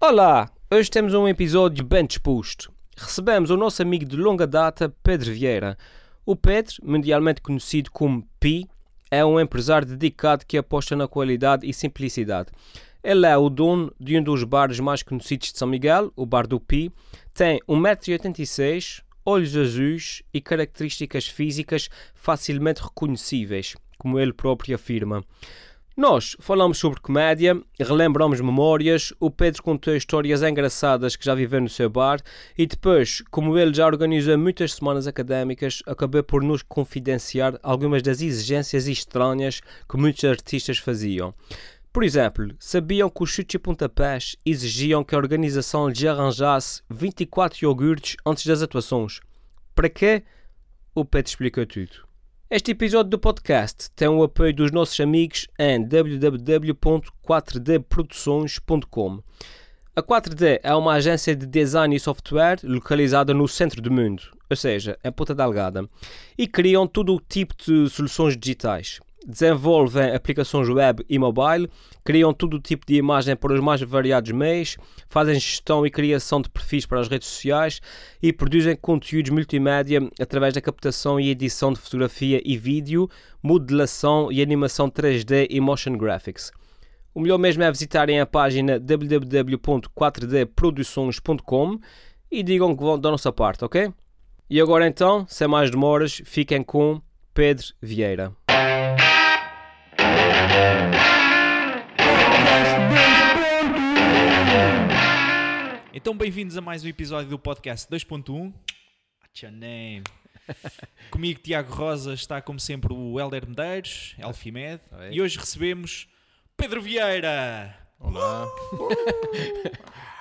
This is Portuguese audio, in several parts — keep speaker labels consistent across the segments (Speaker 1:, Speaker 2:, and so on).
Speaker 1: Olá! Hoje temos um episódio bem disposto. Recebemos o nosso amigo de longa data, Pedro Vieira. O Pedro, mundialmente conhecido como Pi, é um empresário dedicado que aposta na qualidade e simplicidade. Ele é o dono de um dos bares mais conhecidos de São Miguel, o Bar do Pi. Tem 1,86m, olhos azuis e características físicas facilmente reconhecíveis, como ele próprio afirma. Nós falamos sobre comédia, relembramos memórias, o Pedro contou histórias engraçadas que já viveu no seu bar e depois, como ele já organizou muitas semanas académicas, acabou por nos confidenciar algumas das exigências estranhas que muitos artistas faziam. Por exemplo, sabiam que os chutes e pontapés exigiam que a organização lhes arranjasse 24 iogurtes antes das atuações. Para quê? O Pedro explica tudo. Este episódio do podcast tem o apoio dos nossos amigos em www.4dproduções.com. A 4D é uma agência de design e software localizada no centro do mundo, ou seja, em Ponta Delgada, e criam todo o tipo de soluções digitais. Desenvolvem aplicações web e mobile, criam todo o tipo de imagem para os mais variados meios, fazem gestão e criação de perfis para as redes sociais e produzem conteúdos multimédia através da captação e edição de fotografia e vídeo, modelação e animação 3D e motion graphics. O melhor mesmo é visitarem a página www.4dproduções.com e digam que vão da nossa parte, ok? E agora então, sem mais demoras, fiquem com Pedro Vieira.
Speaker 2: Então, bem-vindos a mais um episódio do podcast 2.1. What's your name? Comigo, Tiago Rosa, está como sempre o Helder Medeiros, Elfimed.
Speaker 1: Oi.
Speaker 2: E hoje recebemos Pedro Vieira.
Speaker 3: Olá.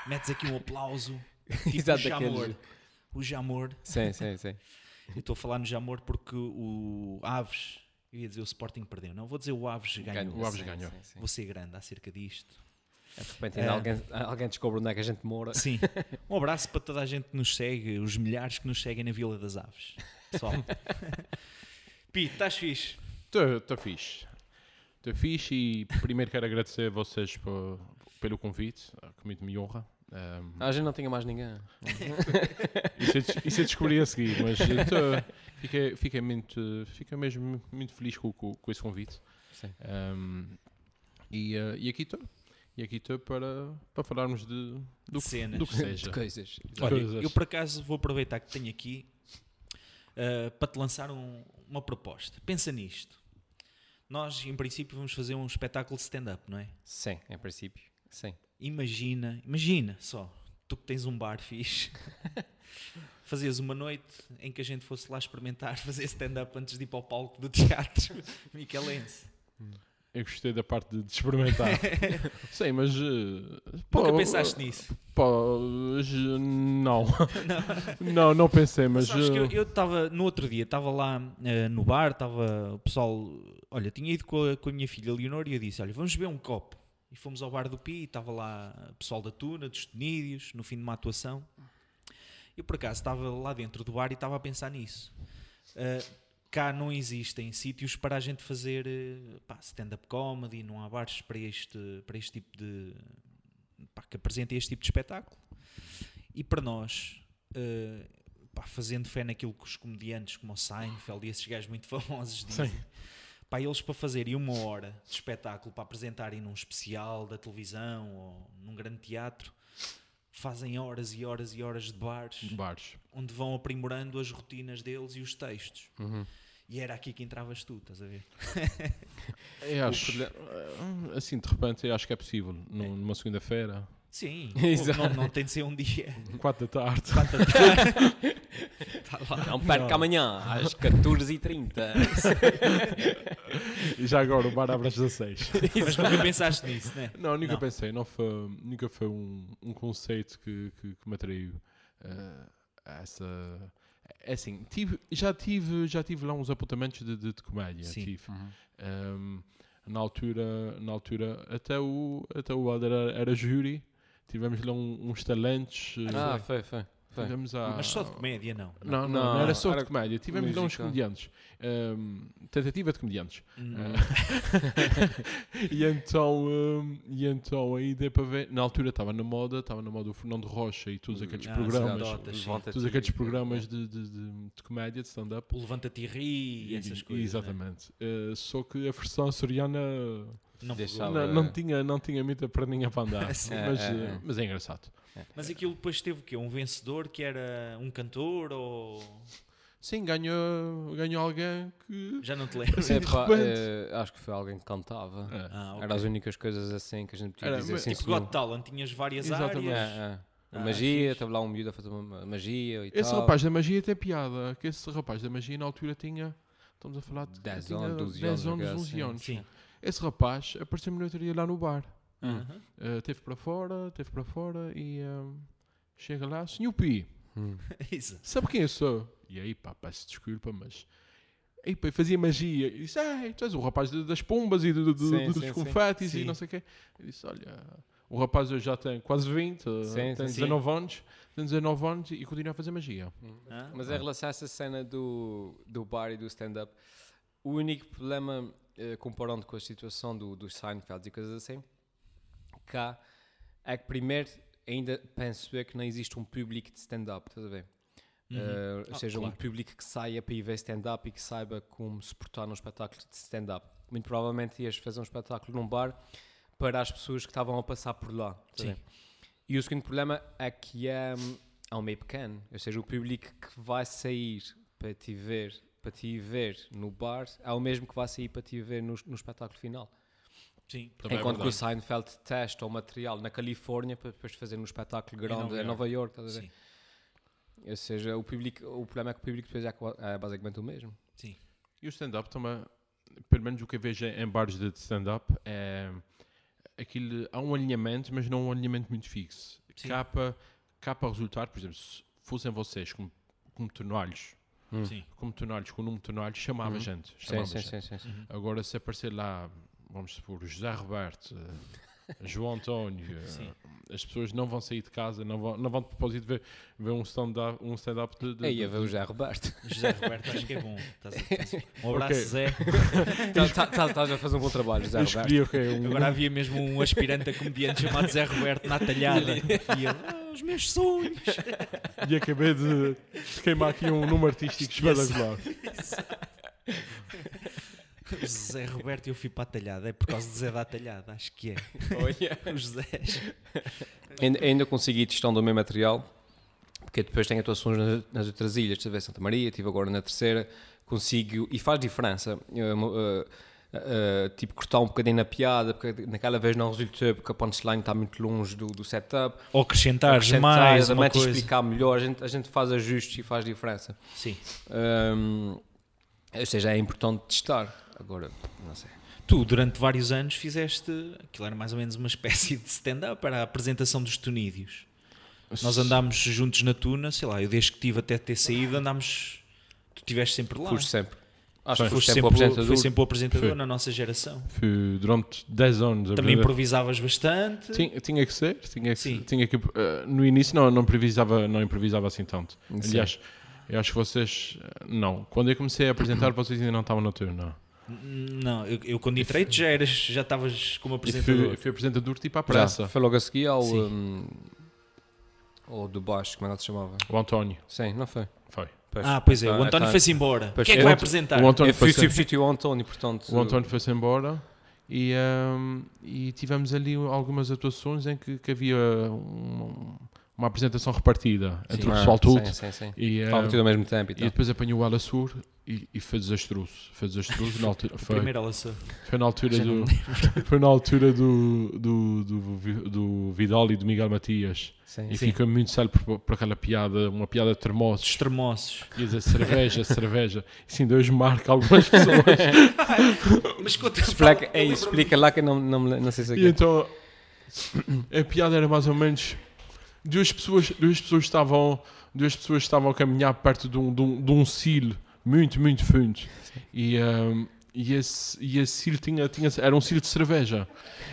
Speaker 2: Metes aqui um aplauso. Tipo o
Speaker 1: Exato,
Speaker 2: Jamor.
Speaker 1: daqueles.
Speaker 2: O Jamor.
Speaker 1: Sim, sim, sim.
Speaker 2: Eu estou a falar no Jamor porque o Aves, eu ia dizer o Sporting perdeu. Não, vou dizer o Aves ganhou.
Speaker 3: O Aves ganhou.
Speaker 2: Vou ser grande acerca disto.
Speaker 1: De repente ainda
Speaker 2: É.
Speaker 1: alguém, alguém descobre onde é que a gente mora.
Speaker 2: Sim. Um abraço para toda a gente que nos segue, os milhares que nos seguem na Vila das Aves. Pessoal. Pi, estás fixe?
Speaker 3: Estou fixe. Estou fixe e primeiro quero agradecer a vocês por- pelo convite, que muito me honra. Um,
Speaker 1: Ah, a gente não tinha mais ninguém.
Speaker 3: isso, eu, des- isso eu descobri a seguir, mas eu tô- fiquei, fiquei, muito, fiquei mesmo muito feliz com, com, com esse convite.
Speaker 1: Sim.
Speaker 3: Um, e, eh, e aqui estou. E aqui estou para, para falarmos de, do, que,
Speaker 2: Cenas.
Speaker 3: do que seja.
Speaker 1: Coisas.
Speaker 2: Olha,
Speaker 3: Coisas.
Speaker 2: eu por acaso vou aproveitar que tenho aqui uh, para te lançar um- uma proposta. Pensa nisto. Nós, em princípio, vamos fazer um espetáculo de stand-up, não é?
Speaker 1: Sim, em princípio. Sim.
Speaker 2: Imagina, imagina só, tu que tens um bar fixe, fazias uma noite em que a gente fosse lá experimentar fazer stand-up antes de ir para o palco do teatro Michelense.
Speaker 3: Eu gostei da parte de, de experimentar. Sim, mas. eh,
Speaker 2: Nunca
Speaker 3: pô,
Speaker 2: pensaste nisso?
Speaker 3: Pá, j- não. não, não pensei, mas.
Speaker 2: Sabes que eu-
Speaker 3: uh,
Speaker 2: eu estava, no outro dia, estava lá eh, no bar, estava o pessoal, olha, tinha ido com a, com a minha filha Leonor e eu disse, olha, vamos beber um copo. E fomos ao bar do Pi e estava lá o pessoal da Tuna, dos Tunídeos, no fim de uma atuação. Eu, por acaso, estava lá dentro do bar e estava a pensar nisso. Eh, cá não existem sítios para a gente fazer eh, pá, stand-up comedy, não há bares para este, para este tipo de... pá, que apresentem este tipo de espetáculo. E para nós... eh, pá, fazendo fé naquilo que os comediantes como o Seinfeld e esses gajos muito famosos dizem. Pá, eles para fazerem uma hora de espetáculo para apresentarem num especial da televisão ou num grande teatro, fazem horas e horas e horas de bares
Speaker 3: Bares.
Speaker 2: onde vão aprimorando as rotinas deles e os textos. E era aqui que entravas tu, estás a ver?
Speaker 3: Eu acho. eh, Assim, de repente, eu acho que é possível. Num- Numa segunda-feira,
Speaker 2: Sim,
Speaker 1: Exato.
Speaker 2: não, não tem de ser um dia.
Speaker 3: quatro da tarde.
Speaker 2: Tá lá.
Speaker 1: Não perca amanhã, às 14h30.
Speaker 3: E já agora o bar abre às 16.
Speaker 2: Mas nunca pensaste nisso, né?
Speaker 3: Não, nunca
Speaker 2: Não.
Speaker 3: pensei. Não foi, nunca foi um, um conceito que, que, que me atraiu. eh, essa. É assim, tive, já, tive, já tive lá uns apontamentos de, de, de comédia.
Speaker 2: Sim.
Speaker 3: Tive. Ahm, na altura, na altura até, o, até o Alder era, era júri. Tivemos lá um- uns talentos. eh,
Speaker 1: ah, foi, foi. Tem.
Speaker 3: Tivemos a...
Speaker 2: Mas só de comédia, não.
Speaker 3: Não, não,
Speaker 4: Não,
Speaker 3: não era só
Speaker 1: era
Speaker 3: de comédia. Tivemos lá uns
Speaker 1: musical.
Speaker 3: comediantes. Ahm, tentativa de comediantes.
Speaker 1: ah.
Speaker 2: Hum.
Speaker 3: e então, hum, e então aí deu para ver. Na altura estava na moda, estava na moda o Fernando Rocha e todos aqueles
Speaker 2: Ah,
Speaker 3: programas.
Speaker 2: sim, é. adotas, sim.
Speaker 3: Todos aqueles programas de, de, de, de comédia, de stand-up.
Speaker 2: O Levanta-te e ri e essas coisas. né?
Speaker 3: Exatamente. Eh, só que a versão açoriana
Speaker 2: Não, não
Speaker 1: Deixa
Speaker 2: pegou.
Speaker 1: lá.
Speaker 3: não, não tinha, não tinha muita perninha para andar.
Speaker 2: Sim.
Speaker 3: mas,
Speaker 1: É, é,
Speaker 3: eh,
Speaker 1: é.
Speaker 3: mas é engraçado.
Speaker 2: Mas aquilo depois teve o quê? Um vencedor que era um cantor ou.
Speaker 3: Sim, ganhou, ganhou alguém que.
Speaker 2: Já não te lembro.
Speaker 3: Assim, de
Speaker 1: Epá,
Speaker 3: repente.
Speaker 1: eh, acho que foi alguém que cantava.
Speaker 3: Ah.
Speaker 2: Ah, ok.
Speaker 1: Era as únicas coisas assim que a gente podia
Speaker 3: Era,
Speaker 1: dizer.
Speaker 3: mas-
Speaker 1: sim,
Speaker 2: Tipo
Speaker 1: senhor.
Speaker 2: Got Talent, tinhas várias
Speaker 3: Exatamente.
Speaker 2: áreas.
Speaker 1: É, é.
Speaker 2: Ah,
Speaker 1: magia,
Speaker 2: fixe.
Speaker 1: estava lá um miúdo a fazer uma magia e
Speaker 3: Esse
Speaker 1: tal.
Speaker 3: rapaz da magia tem piada. Que esse rapaz da magia na altura tinha. Estamos a falar de
Speaker 1: Dez
Speaker 3: tinha
Speaker 1: anos, doze
Speaker 3: 10
Speaker 1: anos,
Speaker 3: anos,
Speaker 1: algo
Speaker 3: 11
Speaker 1: assim.
Speaker 3: anos.
Speaker 2: Sim.
Speaker 3: Esse rapaz apareceu-me no outro dia lá no bar.
Speaker 1: Hum.
Speaker 2: Aham.
Speaker 3: Eh, teve para fora, teve para fora e ehm, chega lá. Senhor Pi,
Speaker 1: Hum.
Speaker 2: Exato.
Speaker 3: sabe quem eu sou? E aí, pá, peço desculpa, mas. E pá, fazia magia. E disse: Ai, tu és o rapaz de- das pombas e do- do- do-
Speaker 1: Sim,
Speaker 3: dos
Speaker 1: sim,
Speaker 3: confetes
Speaker 2: sim.
Speaker 3: e não sei o quê. E disse: Olha, o rapaz hoje já tem quase 20,
Speaker 1: Sim,
Speaker 3: tem
Speaker 1: sim.
Speaker 3: 19 anos, tem 19 anos e continua a fazer magia.
Speaker 2: Ah?
Speaker 1: Mas em relação a essa cena do, do bar e do stand-up, o único problema, eh, comparando com a situação do, do Seinfeld e coisas assim, cá é que primeiro ainda penso eu que não existe um público de stand-up, estás a ver? Eh, ou
Speaker 2: Ah,
Speaker 1: seja, um
Speaker 2: claro.
Speaker 1: público que saia para ir ver stand-up e que saiba como se portar num espetáculo de stand-up. Muito provavelmente ias fazer um espetáculo num bar para as pessoas que estavam a passar por lá. estás a
Speaker 2: Sim.
Speaker 1: ver? E o segundo problema é que é, hum, é um meio pequeno, ou seja, o público que vai sair para te ver, para te ver no bar é o mesmo que vai sair para te ver no, no espetáculo final.
Speaker 2: Sim.
Speaker 3: Também é
Speaker 1: Enquanto que o
Speaker 3: verdade.
Speaker 1: Seinfeld testa o material na Califórnia para depois fazer um espetáculo
Speaker 2: Nova
Speaker 1: grande em
Speaker 2: Iorque.
Speaker 1: Nova York, estás a ver?
Speaker 2: Sim.
Speaker 1: Ou seja, o, público, o problema é que o público depois é, qua- é basicamente o mesmo.
Speaker 2: Sim.
Speaker 3: E o stand-up também, pelo menos o que eu vejo em bares de stand-up, é aquilo, há um alinhamento, mas não um alinhamento muito fixo.
Speaker 2: Sim.
Speaker 3: Cá para, cá para resultar, por exemplo, se fossem vocês como, como tornalhos,
Speaker 2: Sim.
Speaker 3: como tornalhos, com o nome de tornalhos, chamava
Speaker 1: Uhum.
Speaker 3: gente.
Speaker 1: Sim,
Speaker 3: Chamava
Speaker 1: sim,
Speaker 3: gente.
Speaker 1: sim, sim, sim.
Speaker 2: Uhum.
Speaker 3: Agora, se aparecer lá, vamos supor, José Roberto, eh, João António, eh,
Speaker 2: Sim.
Speaker 3: as pessoas não vão sair de casa, não vão, não vão de propósito ver, ver um stand-up um stand de, de,
Speaker 1: Aí
Speaker 3: de-
Speaker 1: a ver o José Roberto.
Speaker 2: José Roberto, acho que é bom. Estás a- estás a- Um abraço,
Speaker 3: Ok.
Speaker 2: Zé.
Speaker 1: Estás a fazer um bom trabalho, José
Speaker 3: Eu
Speaker 1: Roberto.
Speaker 3: escolhi, ok, um-
Speaker 2: Agora havia mesmo um aspirante a comediante chamado Zé Roberto na talhada. E ele, ah, os meus sonhos.
Speaker 3: E acabei de, de queimar aqui um número artístico
Speaker 2: Esquece.
Speaker 3: espetacular.
Speaker 2: O Zé Roberto e eu fui para a talhada. É por causa de Zé da talhada, acho que é.
Speaker 1: Oh,
Speaker 2: Os Zés.
Speaker 1: Ainda, ainda consegui gestão do meu material, porque depois tenho atuações nas, nas outras ilhas, tive em Santa Maria, tive agora na terceira, consigo, e faz diferença, Eu, mo- eh, eh, tipo cortar um bocadinho na piada, porque naquela vez não resultou, porque a punchline está muito longe do, do setup,
Speaker 2: Ou acrescentares mais
Speaker 1: Acrescentar,
Speaker 2: uma
Speaker 1: realmente
Speaker 2: coisa.
Speaker 1: explicar melhor, a gente, a gente faz ajustes e faz diferença.
Speaker 2: Sim.
Speaker 1: Hum, ou seja, é importante testar. Agora, não sei.
Speaker 2: Tu, durante vários anos, fizeste... Aquilo era mais ou menos uma espécie de stand-up. Era a apresentação dos tunídeos. Nós andámos juntos na Tuna, sei lá, eu desde que tive até ter saído, andámos... Tu estiveste sempre lá.
Speaker 1: Fujo sempre. Acho que
Speaker 2: Foste
Speaker 1: fujo sempre, o
Speaker 2: sempre, o-
Speaker 1: apresentador.
Speaker 2: foi sempre o apresentador
Speaker 3: Fui.
Speaker 2: na nossa geração.
Speaker 3: Fui durante 10 anos a
Speaker 2: Também
Speaker 3: aprender.
Speaker 2: improvisavas bastante.
Speaker 3: Tinha, tinha que ser, tinha que,
Speaker 2: Sim.
Speaker 3: tinha que eh, no início não, não improvisava, não improvisava assim tanto.
Speaker 1: Sim.
Speaker 3: Aliás, eu acho que vocês eh, não. Quando eu comecei a apresentar, vocês ainda não estavam na turno.
Speaker 2: N- Não, eu, eu quando entrei tu já eras, já estavas como
Speaker 3: E fui,
Speaker 2: apresentador.
Speaker 3: fui apresentador tipo à
Speaker 1: Já,
Speaker 3: pressa.
Speaker 1: Foi logo a seguir ao.
Speaker 2: Sim.
Speaker 1: hum, ao do baixo, como é que ele se chamava?
Speaker 3: O António
Speaker 1: Sim, não foi.
Speaker 3: foi.
Speaker 1: Pois.
Speaker 2: Ah, pois é,
Speaker 1: Ah,
Speaker 2: o António
Speaker 1: então-
Speaker 2: foi-se embora.
Speaker 1: Pois
Speaker 2: Quem é que
Speaker 1: é,
Speaker 2: vai
Speaker 1: o-
Speaker 2: apresentar?
Speaker 3: o António
Speaker 1: Eu fui
Speaker 3: foi-se
Speaker 1: substituir o António, portanto.
Speaker 3: é. o António foi-se embora e, ehm, e tivemos ali algumas atuações em que, que havia um- uma apresentação repartida
Speaker 1: Sim.
Speaker 3: entre o
Speaker 1: Ah,
Speaker 3: pessoal todo.
Speaker 1: Sim, sim, sim.
Speaker 3: E,
Speaker 1: Estava
Speaker 3: ehm,
Speaker 1: tudo ao mesmo tempo e
Speaker 3: E
Speaker 1: tal.
Speaker 3: depois apanhou o Alassur e, e foi desastroso. Foi desastroso na altura. Foi,
Speaker 2: Primeiro ela só.
Speaker 3: foi na altura
Speaker 2: já não
Speaker 3: do. Foi na altura do, do, do, Vi- do Vidal e do Miguel Matias.
Speaker 1: Sim,
Speaker 3: E
Speaker 1: sim.
Speaker 3: fica muito sério por, por aquela piada, uma piada de
Speaker 2: Os
Speaker 3: termossos.
Speaker 2: tremoços.
Speaker 3: E dizer cerveja, cerveja. E sim, Deus marca algumas pessoas.
Speaker 2: Mas quando
Speaker 1: Explica, ei, eh, explica lá que eu não, não, me le- não sei se é
Speaker 3: e
Speaker 1: que é.
Speaker 3: então a piada era mais ou menos. Duas pessoas, duas pessoas estavam duas pessoas estavam a caminhar perto de um, de um, de um silo muito, muito fundo. E, ahm, e, esse, e esse silo tinha, tinha, era um silo de cerveja.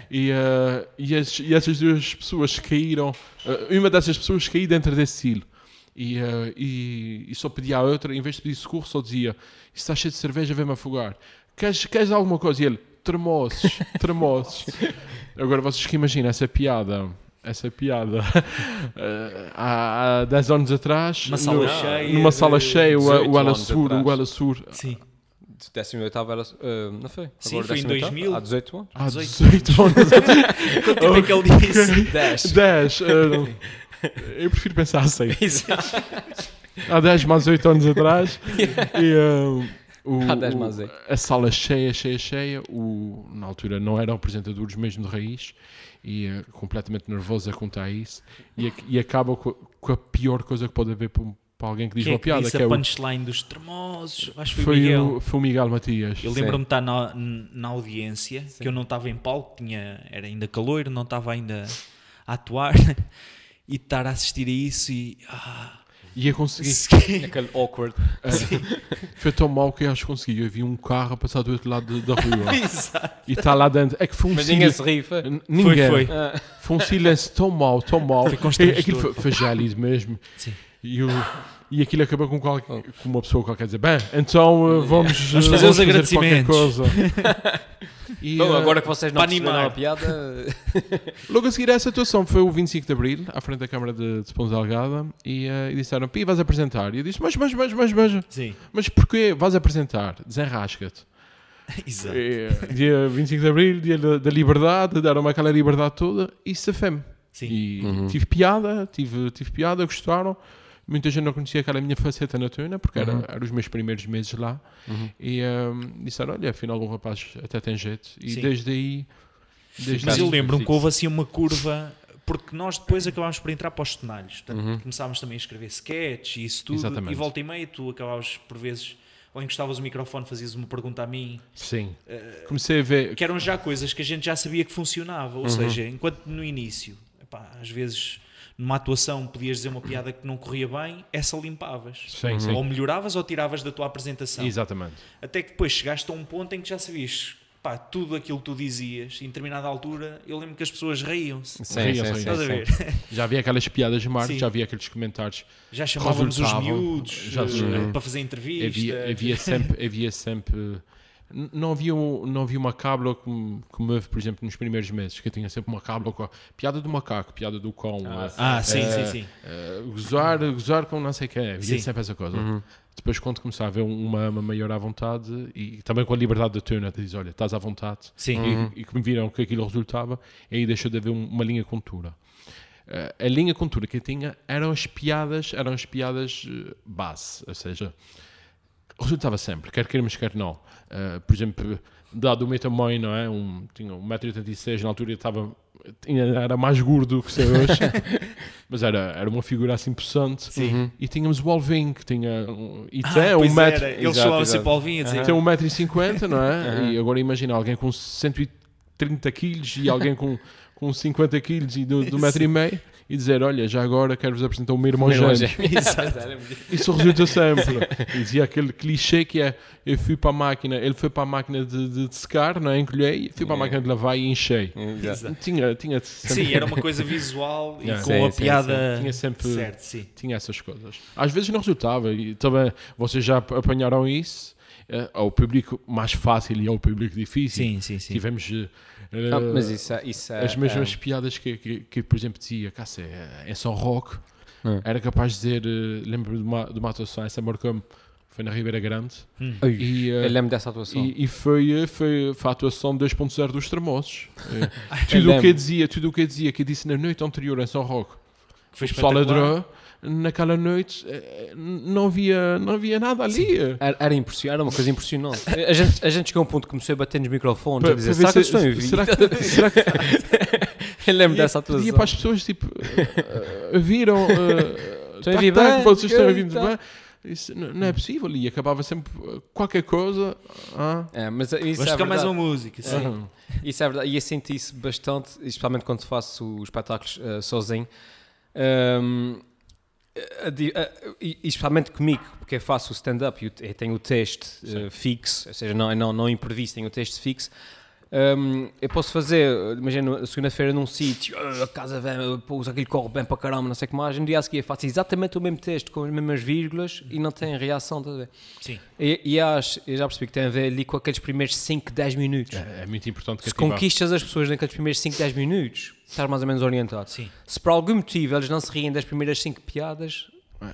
Speaker 3: E, Eh, ah, e, esses- e essas duas pessoas caíram. ah, uma dessas pessoas caiu dentro desse silo. E, eh, e, e só pedia a outra, em vez de pedir socorro, só dizia: Isso está cheio de cerveja, vem-me afogar. Queres, queres alguma coisa? E ele: Termoses, termoses. Agora vocês que imaginam essa piada. Essa piada eh, há, há 10 anos atrás,
Speaker 2: Uma sala
Speaker 3: no-
Speaker 2: cheia
Speaker 3: numa
Speaker 2: de-
Speaker 3: sala cheia, o,
Speaker 1: 18
Speaker 3: o Ala
Speaker 1: anos
Speaker 3: Sur,
Speaker 1: atrás.
Speaker 3: o Ala Sur,
Speaker 2: Sim.
Speaker 1: 18 era. eh, não foi?
Speaker 2: Sim,
Speaker 1: Agora
Speaker 2: foi em
Speaker 1: 18º,
Speaker 2: 2000.
Speaker 1: Há 18 anos.
Speaker 3: há
Speaker 2: 18
Speaker 3: 18 anos
Speaker 2: Quanto tempo é que ele disse?
Speaker 1: 10.
Speaker 3: 10. eu prefiro pensar assim.
Speaker 1: Exato.
Speaker 3: Há 10 mais 8 anos atrás. E, ah, o-
Speaker 1: Há 10
Speaker 3: o-
Speaker 1: mais 8.
Speaker 3: A sala cheia, cheia, cheia. O, na altura não eram apresentadores mesmo de raiz. E ah, completamente nervoso a contar isso. E, ac- e acaba co- com, a pior coisa que pode haver para, um- para alguém que diz
Speaker 2: Quem é
Speaker 3: uma
Speaker 2: que
Speaker 3: piada.
Speaker 2: disse
Speaker 3: Que é
Speaker 2: a
Speaker 3: o,
Speaker 2: punchline dos tremosos? Acho que foi o
Speaker 3: foi,
Speaker 2: Miguel.
Speaker 3: o, foi o Miguel Matias.
Speaker 2: Eu lembro-me de estar na, na audiência, que eu não estava em palco, tinha, era ainda calor, não estava ainda a atuar, e estar a assistir a isso e... Ah,
Speaker 3: E eu consegui.
Speaker 1: Aquele awkward.
Speaker 3: Foi tão mal que eu acho que consegui. Eu vi um carro a passar do outro lado da rua.
Speaker 2: Exato.
Speaker 3: e está lá dentro. É que foi um
Speaker 1: Mas ninguém
Speaker 3: silêncio.
Speaker 1: se ri, foi?
Speaker 3: N- Ninguém.
Speaker 2: Foi, foi.
Speaker 1: Ah,
Speaker 3: Foi um silêncio tão mau, tão mau.
Speaker 2: Foi constrangedor.
Speaker 3: É- Aquilo foi, foi gélido mesmo.
Speaker 2: Sim.
Speaker 3: E, o- e aquilo acabou com, qual-
Speaker 2: Oh.
Speaker 3: com uma pessoa qualquer dizer: Bem, então eh, vamos,
Speaker 2: Vamos
Speaker 3: eh,
Speaker 2: fazer os
Speaker 3: vamos qualquer
Speaker 2: agradecimentos."
Speaker 3: coisa. E,
Speaker 1: bom,
Speaker 3: eh,
Speaker 1: agora que vocês não
Speaker 2: Para
Speaker 1: perceberam
Speaker 2: animar.
Speaker 1: a piada.
Speaker 3: Logo a seguir a essa atuação foi o 25 de Abril, à frente da Câmara de, de Ponta Delgada, e, eh, e disseram: Pi, vais apresentar. E eu disse: Mas, mas, mas, mas, mas,
Speaker 2: Sim,
Speaker 3: mas porquê vais apresentar? Desenrasca-te.
Speaker 2: exato.
Speaker 3: Eh, dia 25 de Abril, dia da, da liberdade, deram-me aquela liberdade toda e safame.
Speaker 2: Sim.
Speaker 3: E tive piada, tive, tive piada, gostaram. Muita gente não conhecia aquela minha faceta na tuna, porque eram era, era os meus primeiros meses lá. E ehm, disseram: Olha, afinal, o rapaz até tem jeito. E
Speaker 2: Sim.
Speaker 3: desde aí. Desde
Speaker 2: Mas
Speaker 3: aí-
Speaker 2: eu lembro-me que houve assim uma curva, porque nós depois acabámos por entrar para os cenários. Portanto, começámos também a escrever sketch e isso tudo.
Speaker 3: Uhum. Exatamente.
Speaker 2: E volta e meia, tu acabavas por vezes, ou encostavas o microfone, fazias uma pergunta a mim,
Speaker 3: Sim.
Speaker 2: Eh,
Speaker 3: Comecei a ver.
Speaker 2: que eram já coisas que a gente já sabia que funcionava. Ou
Speaker 3: Uhum.
Speaker 2: seja, enquanto no início, epá, às vezes numa atuação podias dizer uma piada que não corria bem, essa limpavas.
Speaker 3: Sim, sim.
Speaker 2: Ou melhoravas ou tiravas da tua apresentação.
Speaker 3: Uhum. Exatamente.
Speaker 2: Até que depois chegaste a um ponto em que já sabias pá, tudo aquilo que tu dizias, em determinada altura, eu lembro que as pessoas
Speaker 1: Sim,
Speaker 2: riam-se.
Speaker 1: sim,
Speaker 3: sim,
Speaker 1: sim.
Speaker 2: Estás a
Speaker 1: sim.
Speaker 2: ver?
Speaker 3: Já havia aquelas piadas de Marcos,
Speaker 2: Sim.
Speaker 3: já havia aqueles comentários.
Speaker 2: Já chamávamos os
Speaker 3: Resultavam.
Speaker 2: miúdos
Speaker 3: Já-
Speaker 2: eh,
Speaker 3: Uhum.
Speaker 2: para fazer entrevista.
Speaker 3: havia, havia sempre havia sempre n- não havia um- não havia uma cábula como, como houve, por exemplo nos primeiros meses que eu tinha sempre uma cábula com a piada do macaco piada do cão eh,
Speaker 2: Ah, sim,
Speaker 3: eh,
Speaker 2: sim, sim.
Speaker 3: eh, gozar gozar com não sei quem havia
Speaker 2: Sim.
Speaker 3: sempre essa coisa depois quando começava a haver uma, uma maior à vontade e também com a liberdade da turna te diz olha estás à vontade
Speaker 2: Sim.
Speaker 3: e, e que me viram que aquilo resultava aí deixou de haver um- uma linha contura Eh, a linha contura que eu tinha eram as piadas eram as piadas eh, base ou seja resultava sempre, quer queiramos, quer não. Uh, por exemplo, dado o meu tamanho, não é? Um, tinha 1,86m na altura, eu estava, tinha- era mais gordo que sei hoje, mas era, era uma figura assim possante.
Speaker 2: Uhum.
Speaker 3: E tínhamos o Alvin, que tinha. um- E
Speaker 2: Ah,
Speaker 3: tem
Speaker 2: pois
Speaker 3: 1,50m,
Speaker 2: era.
Speaker 3: metro,
Speaker 2: Eles
Speaker 1: Exato,
Speaker 2: chamavam
Speaker 1: exato.
Speaker 2: sempre ao vinho a dizer.
Speaker 3: tem um metro e cinquenta, não é? E agora imagina alguém com 130 quilos e alguém com, com 50 quilos e do, do metro e meio. E dizer, olha, já agora quero-vos apresentar o meu irmão
Speaker 1: Primeiro
Speaker 3: gêmeo.
Speaker 1: gêmeo. Exato.
Speaker 3: Isso resulta sempre. E dizia aquele clichê que é: eu fui para a máquina, ele foi para a máquina de, de, de secar, não é? Encolhei, fui para a máquina de lavar e enchei.
Speaker 1: Exato.
Speaker 3: Tinha, tinha, sempre,
Speaker 2: Sim, era uma coisa visual e
Speaker 3: Yeah.
Speaker 2: com
Speaker 1: Sim,
Speaker 2: a
Speaker 1: sim,
Speaker 2: piada.
Speaker 3: Tinha sempre-
Speaker 2: Certo, sim.
Speaker 3: tinha essas coisas. Às vezes não resultava, e também vocês já ap- apanharam isso. eh, Ao público mais fácil e ao público difícil.
Speaker 2: Sim, sim, sim.
Speaker 3: Tivemos eh, eh,
Speaker 1: Ah, mas isso, é- isso é.
Speaker 3: as mesmas piadas que, que, que, por exemplo, dizia Cássio, eh, em São Roque.
Speaker 1: um-
Speaker 3: Era capaz de dizer, eh, lembro de uma, de uma atuação, essa marcou-me, foi na Ribeira Grande.
Speaker 2: Hum,
Speaker 1: Ai,
Speaker 3: E, eh,
Speaker 1: eu lembro dessa é atuação.
Speaker 3: E, e foi, eh, foi, foi a atuação 2.0 dos Tremosos. Eh,
Speaker 1: eu
Speaker 3: tudo o
Speaker 1: lembro.
Speaker 3: que eu dizia, tudo o que eu dizia, que eu disse na noite anterior em São Roque,
Speaker 2: Que foi
Speaker 3: o pessoal
Speaker 2: espetacular.
Speaker 3: adorou. Naquela noite eh, eh, não havia, não havia nada ali. eh.
Speaker 1: Era, era, impression- era uma coisa impressionante. A gente, a gente chegou a um ponto que começou a bater nos microfones,
Speaker 3: Para-
Speaker 1: a dizer,
Speaker 3: para
Speaker 1: será
Speaker 3: ver
Speaker 1: que eles
Speaker 3: se-
Speaker 1: estão a ouvir?
Speaker 3: será que- será que-
Speaker 1: Eu lembro dessa
Speaker 3: e-
Speaker 1: atuação.
Speaker 3: e para as pessoas, tipo, eh, eh, viram.
Speaker 1: Estão
Speaker 3: eh,
Speaker 1: a
Speaker 3: tac,
Speaker 1: ouvir
Speaker 3: tac,
Speaker 1: bem,
Speaker 3: Vocês estão a ouvir
Speaker 1: tá.
Speaker 3: bem. Isso n- não é possível. E acabava sempre eh, qualquer coisa. ah,
Speaker 1: É, mas isso
Speaker 2: Vamos
Speaker 1: é
Speaker 2: tocar mais
Speaker 1: verdade.
Speaker 2: uma música. Sim.
Speaker 3: ah.
Speaker 1: Isso é verdade. E eu senti isso bastante, especialmente quando faço espetáculos eh, sozinho. Ahm, a di- a- e e especialmente comigo, porque eu faço o stand-up e o te- eu tenho o texto eh, fixo, ou seja, não, não, não improviso, tenho o texto fixo. Hum, eu posso fazer, imagina, segunda-feira num sítio, "Ah, a casa vem, pousa aquilo corre bem para caramba, não sei o que mais, e no dia a seguir faço exatamente o mesmo texto com as mesmas vírgulas e não tem reação, estás a ver?
Speaker 2: Sim.
Speaker 1: E, e acho, eu já percebi que tem a ver ali com aqueles primeiros 5, 10 minutos.
Speaker 3: É, é muito importante
Speaker 1: Se
Speaker 3: cativar.
Speaker 1: conquistas as pessoas naqueles primeiros 5, 10 minutos, estás mais ou menos orientado.
Speaker 2: Sim.
Speaker 1: Se por algum motivo eles não se riem das primeiras 5 piadas,
Speaker 3: Ah,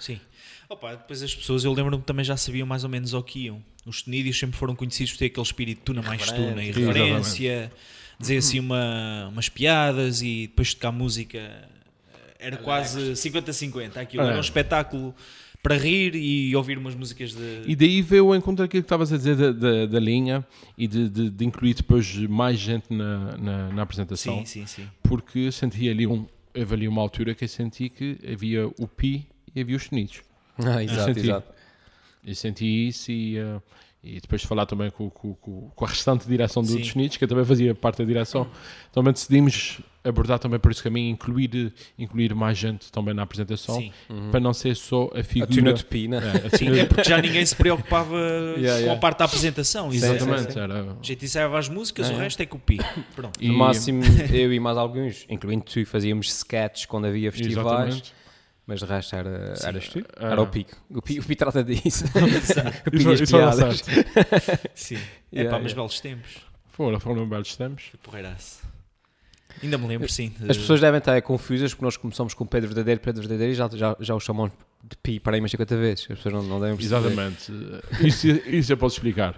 Speaker 2: Sim. Opa, depois as pessoas, eu lembro-me também já sabiam mais ou menos ao que iam. Os tunídeos sempre foram conhecidos por ter aquele espírito tuna mais tuna e
Speaker 3: Exatamente.
Speaker 2: referência, dizer assim uma, umas piadas e depois tocar música. eh, Era quase 50-50. Aquilo
Speaker 3: É.
Speaker 2: era um espetáculo para rir e ouvir umas músicas de.
Speaker 3: E daí veio ao encontro aquilo que estavas a dizer da, da, da linha e de, de- de incluir depois mais gente na, na, na apresentação.
Speaker 2: Sim, sim, sim.
Speaker 3: Porque eu senti ali um. Houve ali uma altura que eu senti que havia o Pi e havia os Tunidos.
Speaker 1: ah, exato,
Speaker 3: senti.
Speaker 1: exato.
Speaker 3: Eu senti isso e, eh, e depois de falar também com, com- com- com a restante direção do
Speaker 2: Sim.
Speaker 3: dos Nidos, que eu também fazia parte da direção, então também decidimos abordar também por esse caminho, incluir, incluir mais gente também na apresentação,
Speaker 2: Sim. Uhum.
Speaker 3: para não ser só a
Speaker 1: A
Speaker 3: figura...
Speaker 1: tuna de pina.
Speaker 3: É, a
Speaker 2: Sim,
Speaker 3: tuna-
Speaker 2: é porque já ninguém se preocupava com a
Speaker 3: yeah.
Speaker 2: parte da apresentação.
Speaker 3: Exatamente,
Speaker 2: Exatamente.
Speaker 3: era...
Speaker 2: Jeitizava as músicas, o resto é copia. Pronto.
Speaker 3: E-
Speaker 1: No máximo, eu e mais alguns, incluindo tu, fazíamos sketches quando havia festivais,
Speaker 3: Exatamente.
Speaker 1: mas de resto era, eras tu?
Speaker 3: Ah.
Speaker 1: Era o Pico. O Pico, o Pico trata disso. o
Speaker 3: E
Speaker 1: Pico
Speaker 3: só-
Speaker 1: e as
Speaker 3: e só
Speaker 1: piadas.
Speaker 3: lançaste.
Speaker 2: Sim. É
Speaker 1: Yeah,
Speaker 2: pá, mas
Speaker 1: yeah.
Speaker 2: belos tempos.
Speaker 3: Foram, foram belos tempos.
Speaker 2: Que porreiraço. Ainda me lembro, sim. de-
Speaker 1: As pessoas devem estar confusas porque nós começamos com Pedro Verdadeiro, Pedro Verdadeiro e já, já, já o chamamos de Pi para aí umas 50 vezes. As pessoas não, não devem perceber.
Speaker 3: Exatamente. Isso, isso eu posso explicar.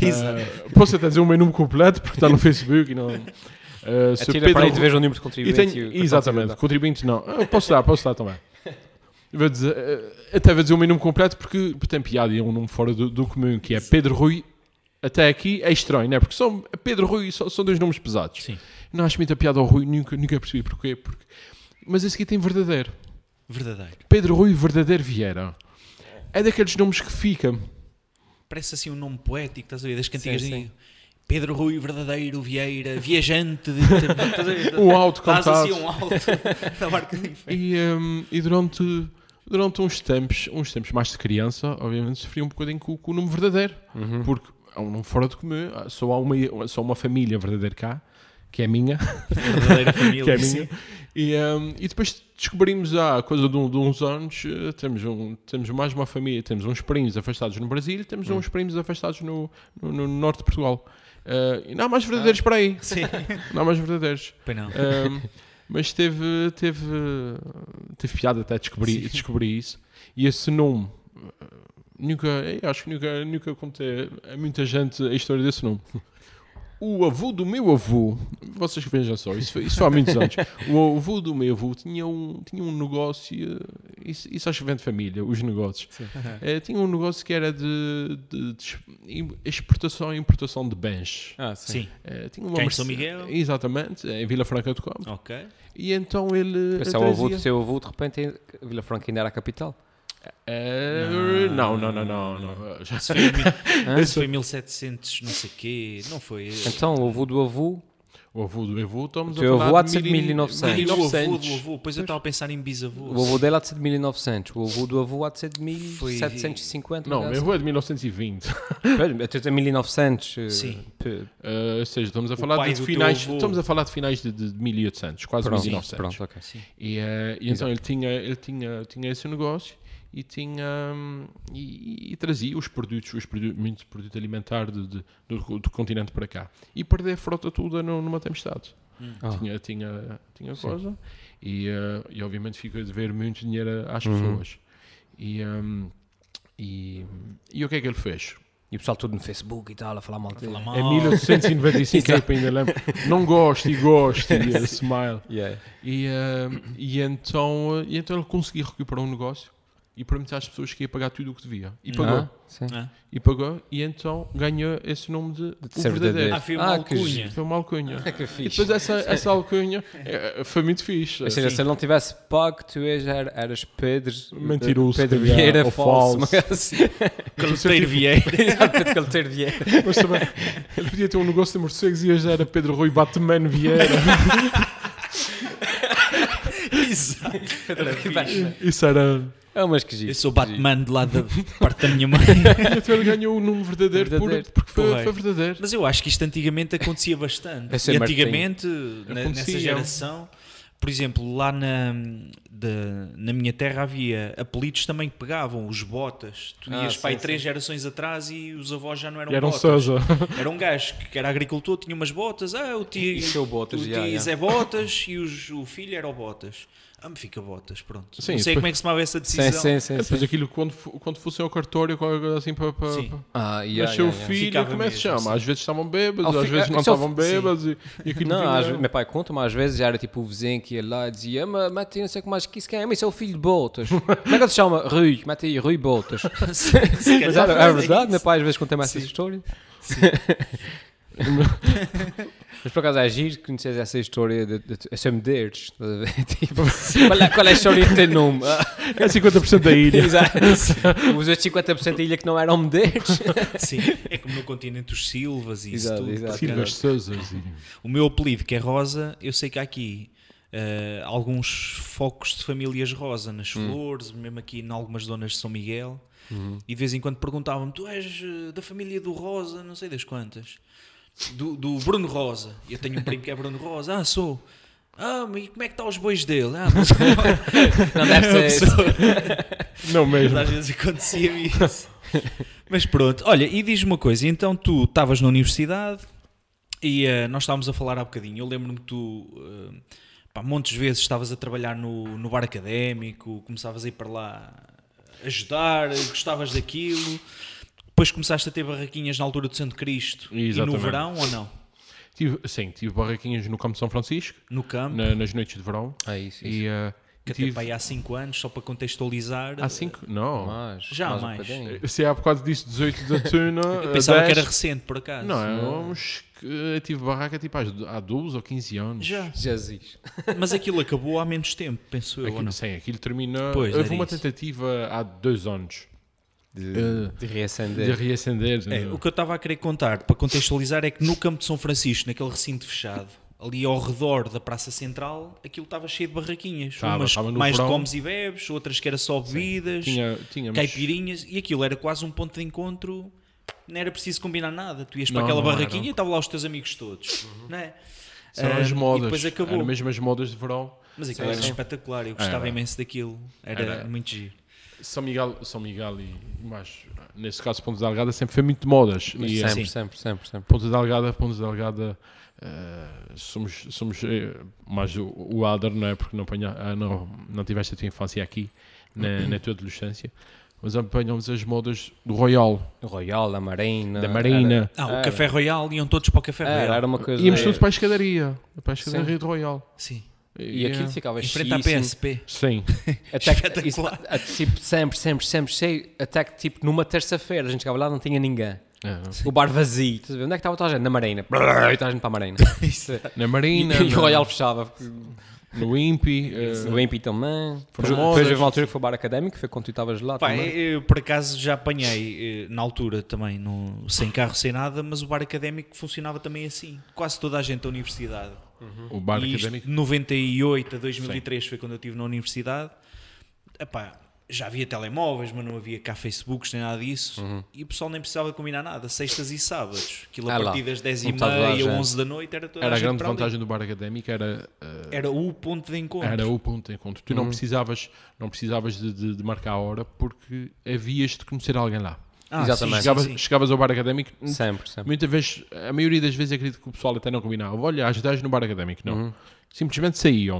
Speaker 3: Eh, posso até dizer o meu número completo, porque está no Facebook e não... Eh, Sr.
Speaker 1: Atira para aí de
Speaker 3: Pedro-
Speaker 1: vez o número de
Speaker 3: E
Speaker 1: contribuintes. e o
Speaker 3: tenho-
Speaker 1: cartão de
Speaker 3: exatamente,
Speaker 1: cidadão.
Speaker 3: contribuinte não. Eu posso dar, posso dar também. Vou dizer, eh, até vou dizer o meu nome completo porque tem piada e é um nome fora do, do comum, que é Pedro Rui. Até aqui é estranho, não é? Porque são, Pedro Rui só- são dois nomes pesados.
Speaker 2: Sim.
Speaker 3: Não acho muita piada ao Rui, nunca, nunca percebi porquê. Porque... Mas esse aqui tem verdadeiro.
Speaker 2: Verdadeiro.
Speaker 3: Pedro Rui Verdadeiro Vieira. É daqueles nomes que fica.
Speaker 2: Parece assim um nome poético, estás a ver? Das cantigas
Speaker 1: Sim,
Speaker 2: de-
Speaker 1: sim.
Speaker 2: Pedro Rui, verdadeiro, Vieira, viajante. De... Estás a ver?
Speaker 3: Um alto
Speaker 2: Dás assim
Speaker 3: cantado.
Speaker 2: um alto da barca de inferno.
Speaker 3: E, hum, e durante, durante uns tempos, uns tempos mais de criança, obviamente sofri um bocadinho com, com o nome verdadeiro,
Speaker 1: Uhum.
Speaker 3: porque é um nome fora de comum, só há uma, só uma família verdadeira cá, que é minha,
Speaker 2: Verdadeira família.
Speaker 3: que é
Speaker 2: sim.
Speaker 3: minha. E, hum, e depois descobrimos há coisa de, um- de uns anos, eh, temos, um, temos mais uma família, temos uns primos afastados no Brasil, temos uns primos afastados no, no- no norte de Portugal. Eh, e não há mais verdadeiros para aí,
Speaker 2: Sim.
Speaker 3: não há mais verdadeiros.
Speaker 2: Pois não.
Speaker 1: É,
Speaker 3: Um, mas teve, teve, teve piada até descobrir, descobrir isso. E esse nome, uh, nunca, eu acho que nunca, nunca contei a muita gente a história desse nome. O avô do meu avô, vocês que vejam só, isso foi, isso foi há muitos anos. O avô do meu avô tinha um, tinha um negócio, uh, isso, isso acho que vem de família, os negócios. Eh, tinha um negócio que era de, de- de exportação e importação de bens.
Speaker 1: Ah, sim.
Speaker 2: Sim.
Speaker 3: Eh, tinha uma
Speaker 2: Cá é em
Speaker 3: Merce-
Speaker 2: São Miguel?
Speaker 3: Exatamente, em Vila Franca do Campo.
Speaker 2: Ok.
Speaker 3: E então ele.
Speaker 1: Esse é o avô do seu avô, de repente, em- Vila Franca ainda era a capital.
Speaker 3: Eh, não, não, não, não. não. Já-
Speaker 2: Isso foi, em mil- isso foi em 1700, não sei quê. Não foi.
Speaker 1: Então, o avô do avô,
Speaker 3: O avô do avô, estamos
Speaker 1: Teu
Speaker 3: a falar.
Speaker 1: avô há de
Speaker 3: de
Speaker 1: ser de 1900.
Speaker 2: Ai, o avô do
Speaker 3: 1900.
Speaker 2: avô. Pois eu estava a pensar em bisavô.
Speaker 1: o avô dele há de ser de 1900, o avô do avô há de ser de
Speaker 2: Foi-
Speaker 1: 1750.
Speaker 3: Não,
Speaker 1: aliás.
Speaker 3: meu avô é de 1920.
Speaker 1: Espera, assim. até dizer 1900. eh,
Speaker 2: Sim.
Speaker 1: pe-
Speaker 3: Eh, ou seja, estamos a
Speaker 2: pai
Speaker 3: falar de
Speaker 2: do teu
Speaker 3: finais.
Speaker 2: avô.
Speaker 3: Estamos a falar de finais de, de 1800, quase
Speaker 1: Pronto,
Speaker 3: 1900.
Speaker 1: pronto, ok.
Speaker 2: Sim.
Speaker 3: E, eh, e então ele tinha, ele tinha, tinha esse negócio e tinha hum, e, e trazia os produtos, os produtos, muito produto alimentar de- de- do, do continente para cá e perder a frota toda no- numa tempestade.
Speaker 1: Ah.
Speaker 3: Tinha, tinha, tinha coisa e, eh, e obviamente ficou a dever muito dinheiro às
Speaker 1: Uhum.
Speaker 3: pessoas. E, hum, e, e o que é que ele fez?
Speaker 1: E o pessoal todo no Facebook e tal, a falar mal dele.
Speaker 2: Fala mal.
Speaker 3: Em 1895, eu ainda lembro, não gosto e gosto, e eh, smile.
Speaker 1: Yeah.
Speaker 3: E, eh, e, então, eh, e então ele conseguiu recuperar um negócio e prometeu às pessoas que ia pagar tudo o que devia. E pagou.
Speaker 1: Ah, sim.
Speaker 2: Ah.
Speaker 3: E pagou. E então ganhou esse nome de, o
Speaker 1: ser verdadeiro.
Speaker 2: Ah,
Speaker 3: verdadeiro.
Speaker 2: foi uma
Speaker 1: Ah, que
Speaker 2: alcunha.
Speaker 3: Foi uma alcunha.
Speaker 1: É que
Speaker 3: E
Speaker 1: fixe.
Speaker 3: depois essa, essa alcunha eh, foi muito fixe.
Speaker 1: Ou seja, se ele não tivesse pago, tu és- era- eras Pedro. eh,
Speaker 3: Mentiroso,
Speaker 1: Pedro
Speaker 3: se calhar,
Speaker 1: Vieira,
Speaker 3: ou
Speaker 1: falso.
Speaker 3: falso.
Speaker 1: mas assim,
Speaker 2: Carteiro Vieira.
Speaker 1: Exato, Pedro Calteiro Vieira.
Speaker 3: Mas também, ele podia ter um negócio de morcegos e hoje era Pedro Rui Batman Vieira.
Speaker 2: Exato. Era fixe.
Speaker 3: Isso era...
Speaker 1: É umas que giro.
Speaker 2: Eu sou o Batman de lá da parte da minha mãe.
Speaker 3: E a Taylor ganhou o nome um verdadeiro, por-
Speaker 1: Verdadeiro.
Speaker 3: porque foi,
Speaker 2: Porreiro.
Speaker 3: foi verdadeiro.
Speaker 2: Mas eu acho que isto antigamente acontecia bastante.
Speaker 1: É ser
Speaker 2: E antigamente, na-
Speaker 3: Acontecia.
Speaker 2: nessa geração, por exemplo, lá na, de- na minha terra havia apelidos também que pegavam, os botas. Tu
Speaker 1: Ah,
Speaker 2: ias
Speaker 1: sim,
Speaker 2: para aí
Speaker 1: sim.
Speaker 2: três gerações atrás e os avós já não eram
Speaker 3: E era um
Speaker 2: botas.
Speaker 3: Sousa.
Speaker 2: Era um gajo que era agricultor, tinha umas botas. Ah, o tio,
Speaker 1: Isso é o Botas,
Speaker 2: o tio
Speaker 1: já, já.
Speaker 2: é botas e os- o filho era o botas. Ah, me fica botas, pronto.
Speaker 3: Sim,
Speaker 2: não sei
Speaker 3: depois-
Speaker 2: como é que se tomava essa
Speaker 1: Sim,
Speaker 2: decisão.
Speaker 1: sim, sim.
Speaker 3: É, Depois
Speaker 1: É, sim.
Speaker 3: aquilo, quando, fo- quando fossem ao cartório, qualquer coisa assim para. para,
Speaker 2: Sim.
Speaker 3: para-
Speaker 1: Ah, yeah,
Speaker 3: Nasceu o
Speaker 1: yeah, yeah.
Speaker 3: filho,
Speaker 2: Ficava
Speaker 3: como é que se
Speaker 2: mesmo,
Speaker 3: chama?
Speaker 2: sim.
Speaker 3: Às vezes estavam bêbados,
Speaker 1: Ao
Speaker 3: às
Speaker 1: fi-
Speaker 3: vezes
Speaker 1: é-
Speaker 3: não
Speaker 1: só-
Speaker 3: estavam bêbados e, e aquilo
Speaker 1: Não,
Speaker 3: vinha-
Speaker 1: às, meu pai conta, mas às vezes já era tipo o vizinho que ia lá e dizia: Mas Mati, não sei o que mais que isso quem é, mas isso é o filho de Botas. Como é que ele se chama? Rui, Mati, Rui Botas.
Speaker 2: Se calhar
Speaker 1: Mas era, é
Speaker 2: fazem
Speaker 1: verdade,
Speaker 2: isso.
Speaker 1: meu pai às vezes conta-me essa história. Mas por acaso é giro que conheces essa história de, de, de Deires, estás a ver? Tipo, qual, é, qual é a história que tem nome? Ah,
Speaker 3: É 50% da ilha.
Speaker 1: exato. Os outros 50% da ilha que não eram Medeiros.
Speaker 2: Sim, é como no continente os Silvas e isso
Speaker 1: né? Exato,
Speaker 2: tudo.
Speaker 1: exato.
Speaker 2: porque
Speaker 3: Silvas Sousas.
Speaker 2: O meu apelido, que é Rosa, eu sei que há aqui eh, alguns focos de famílias Rosa nas flores, mesmo aqui em algumas zonas de São Miguel. E de vez em quando perguntavam-me: Tu és eh, da família do Rosa, não sei das quantas, do, do Bruno Rosa. Eu tenho um primo que é Bruno Rosa. Ah, sou. Ah, mas e como é que está os bois dele? Ah, mas
Speaker 1: Não
Speaker 2: é
Speaker 1: deve ser.
Speaker 3: Não mesmo.
Speaker 2: Mas às vezes acontecia isso. Mas pronto, olha, e diz-me uma coisa, então tu estavas na universidade e eh, nós estávamos a falar há bocadinho, eu lembro-me que tu, eh, pá, montes de vezes estavas a trabalhar no, no bar académico, começavas a ir para lá ajudar, gostavas daquilo, depois começaste a ter barraquinhas na altura do Santo Cristo e no
Speaker 3: Exatamente.
Speaker 2: verão ou não?
Speaker 3: Tive, sim, tive barraquinhas no Campo de São Francisco,
Speaker 2: No campo,
Speaker 3: na- nas noites de verão.
Speaker 1: Ah, isso, isso.
Speaker 3: E eh,
Speaker 2: que até é
Speaker 3: tive.
Speaker 2: para aí há 5 anos, só para contextualizar,
Speaker 3: Há cinco? Não.
Speaker 1: Mas,
Speaker 2: Já
Speaker 1: mais um
Speaker 2: mais.
Speaker 1: bocadinho.
Speaker 3: Se há por causa disso, 18 da Tuna.
Speaker 2: eu pensava
Speaker 3: 10.
Speaker 2: que era recente por acaso.
Speaker 3: Não, é uns. que- Eu tive barraca tipo às- há 12 ou 15 anos.
Speaker 2: Já,
Speaker 1: Jesus.
Speaker 2: mas aquilo acabou há menos tempo, penso eu, ou
Speaker 3: Aquilo,
Speaker 2: não?
Speaker 3: Sim, aquilo termina.
Speaker 2: Pois,
Speaker 3: houve
Speaker 2: era
Speaker 3: uma
Speaker 2: isso. Eh,
Speaker 3: tentativa há dois anos
Speaker 1: De, de reacender.
Speaker 3: de reacender. eh,
Speaker 2: É, o que eu estava a querer contar, para contextualizar, é que no campo de São Francisco, naquele recinto fechado, ali ao redor da Praça Central, aquilo estava cheio de barraquinhas.
Speaker 3: Estava,
Speaker 2: Umas
Speaker 3: estava no
Speaker 2: mais
Speaker 3: verão.
Speaker 2: de comes e bebes, outras que era só bebidas,
Speaker 3: Tinha, tínhamos.
Speaker 2: caipirinhas, e aquilo era quase um ponto de encontro. Não era preciso combinar nada. Tu ias para
Speaker 3: Não,
Speaker 2: aquela
Speaker 3: não era.
Speaker 2: barraquinha e estavam lá os teus amigos todos. Não é?
Speaker 3: São
Speaker 2: Ah,
Speaker 3: as modas.
Speaker 2: E depois acabou.
Speaker 3: Eram mesmo as modas de verão.
Speaker 2: Mas aquilo era espetacular. Eu gostava imenso daquilo. Era,
Speaker 3: Era.
Speaker 2: muito giro.
Speaker 3: São Miguel, São Miguel e mais, nesse caso, Pontes da Algada sempre foi muito de modas.
Speaker 1: Mas
Speaker 3: E, eh,
Speaker 1: sempre,
Speaker 2: Sim.
Speaker 1: sempre, sempre, sempre.
Speaker 3: Pontes da Algada, Pontes da Algada, eh, somos, somos eh, mais o, o Alder, não é? Porque não, apanha, ah, não, não tiveste a tua infância aqui, na, na tua adolescência. Mas apanhamos as modas do Royal,
Speaker 1: Royal, da Marina.
Speaker 3: da Marina.
Speaker 1: Era,
Speaker 2: Ah, o
Speaker 1: Era.
Speaker 2: Café Royal, iam todos para o Café
Speaker 1: era,
Speaker 2: Royal.
Speaker 1: era é. uma coisa.
Speaker 3: Íamos todos para a escadaria, para a escadaria do Royal. eh,
Speaker 2: Sim.
Speaker 1: E aquilo ficava
Speaker 2: Em frente à
Speaker 1: cheíssimo.
Speaker 2: PSP.
Speaker 3: um Sim,
Speaker 1: Até que, isso,
Speaker 2: Espetacular.
Speaker 1: a- tipo, sempre, sempre, sempre cheio. Até que, tipo, numa terça-feira a gente chegava lá não tinha ninguém.
Speaker 3: É.
Speaker 1: O bar vazio. Estás a ver? Onde é que estava toda a gente? Na Marina. Brrr, e toda a gente para a Marina.
Speaker 3: na
Speaker 1: E,
Speaker 3: Marina,
Speaker 1: e o
Speaker 3: na-
Speaker 1: Royal fechava.
Speaker 3: no Impi, eh,
Speaker 1: O Impi também. Depois
Speaker 3: Formosas.
Speaker 1: depois houve uma altura que foi o bar académico, foi quando tu estavas lá
Speaker 2: Pá,
Speaker 1: também.
Speaker 2: eu por acaso já apanhei eh, na altura também, no- sem carro, sem nada, mas o bar académico funcionava também assim. Quase toda a gente da universidade.
Speaker 3: o bar
Speaker 2: e isto,
Speaker 3: académico.
Speaker 2: de 98 a 2003 foi quando eu estive na universidade. Epá, já havia telemóveis, mas não havia cá Facebooks nem nada disso.
Speaker 3: Uhum.
Speaker 2: E o pessoal nem precisava combinar nada, sextas e sábados. Aquilo a
Speaker 1: Ah lá,
Speaker 2: partir das 10 e
Speaker 1: metade da
Speaker 2: meia,
Speaker 1: gente.
Speaker 2: 11 da noite, era toda
Speaker 3: Era
Speaker 2: a
Speaker 3: a
Speaker 2: gente
Speaker 3: grande
Speaker 1: um
Speaker 2: para ali.
Speaker 3: vantagem do bar académico, era eh,
Speaker 2: Era o ponto de encontro.
Speaker 3: Era o ponto de encontro. Tu não precisavas, não precisavas de, de- de marcar a hora porque havias de conhecer alguém lá.
Speaker 2: Ah,
Speaker 1: Exatamente.
Speaker 2: sim,
Speaker 3: Chegavas,
Speaker 2: sim, sim.
Speaker 3: chegavas ao bar académico,
Speaker 1: Sempre, sempre.
Speaker 3: muitas vezes, a maioria das vezes acredito que o pessoal até não combinava. Olha, às 10 no bar académico,
Speaker 1: Hum. Uhum.
Speaker 3: não. Simplesmente saíam.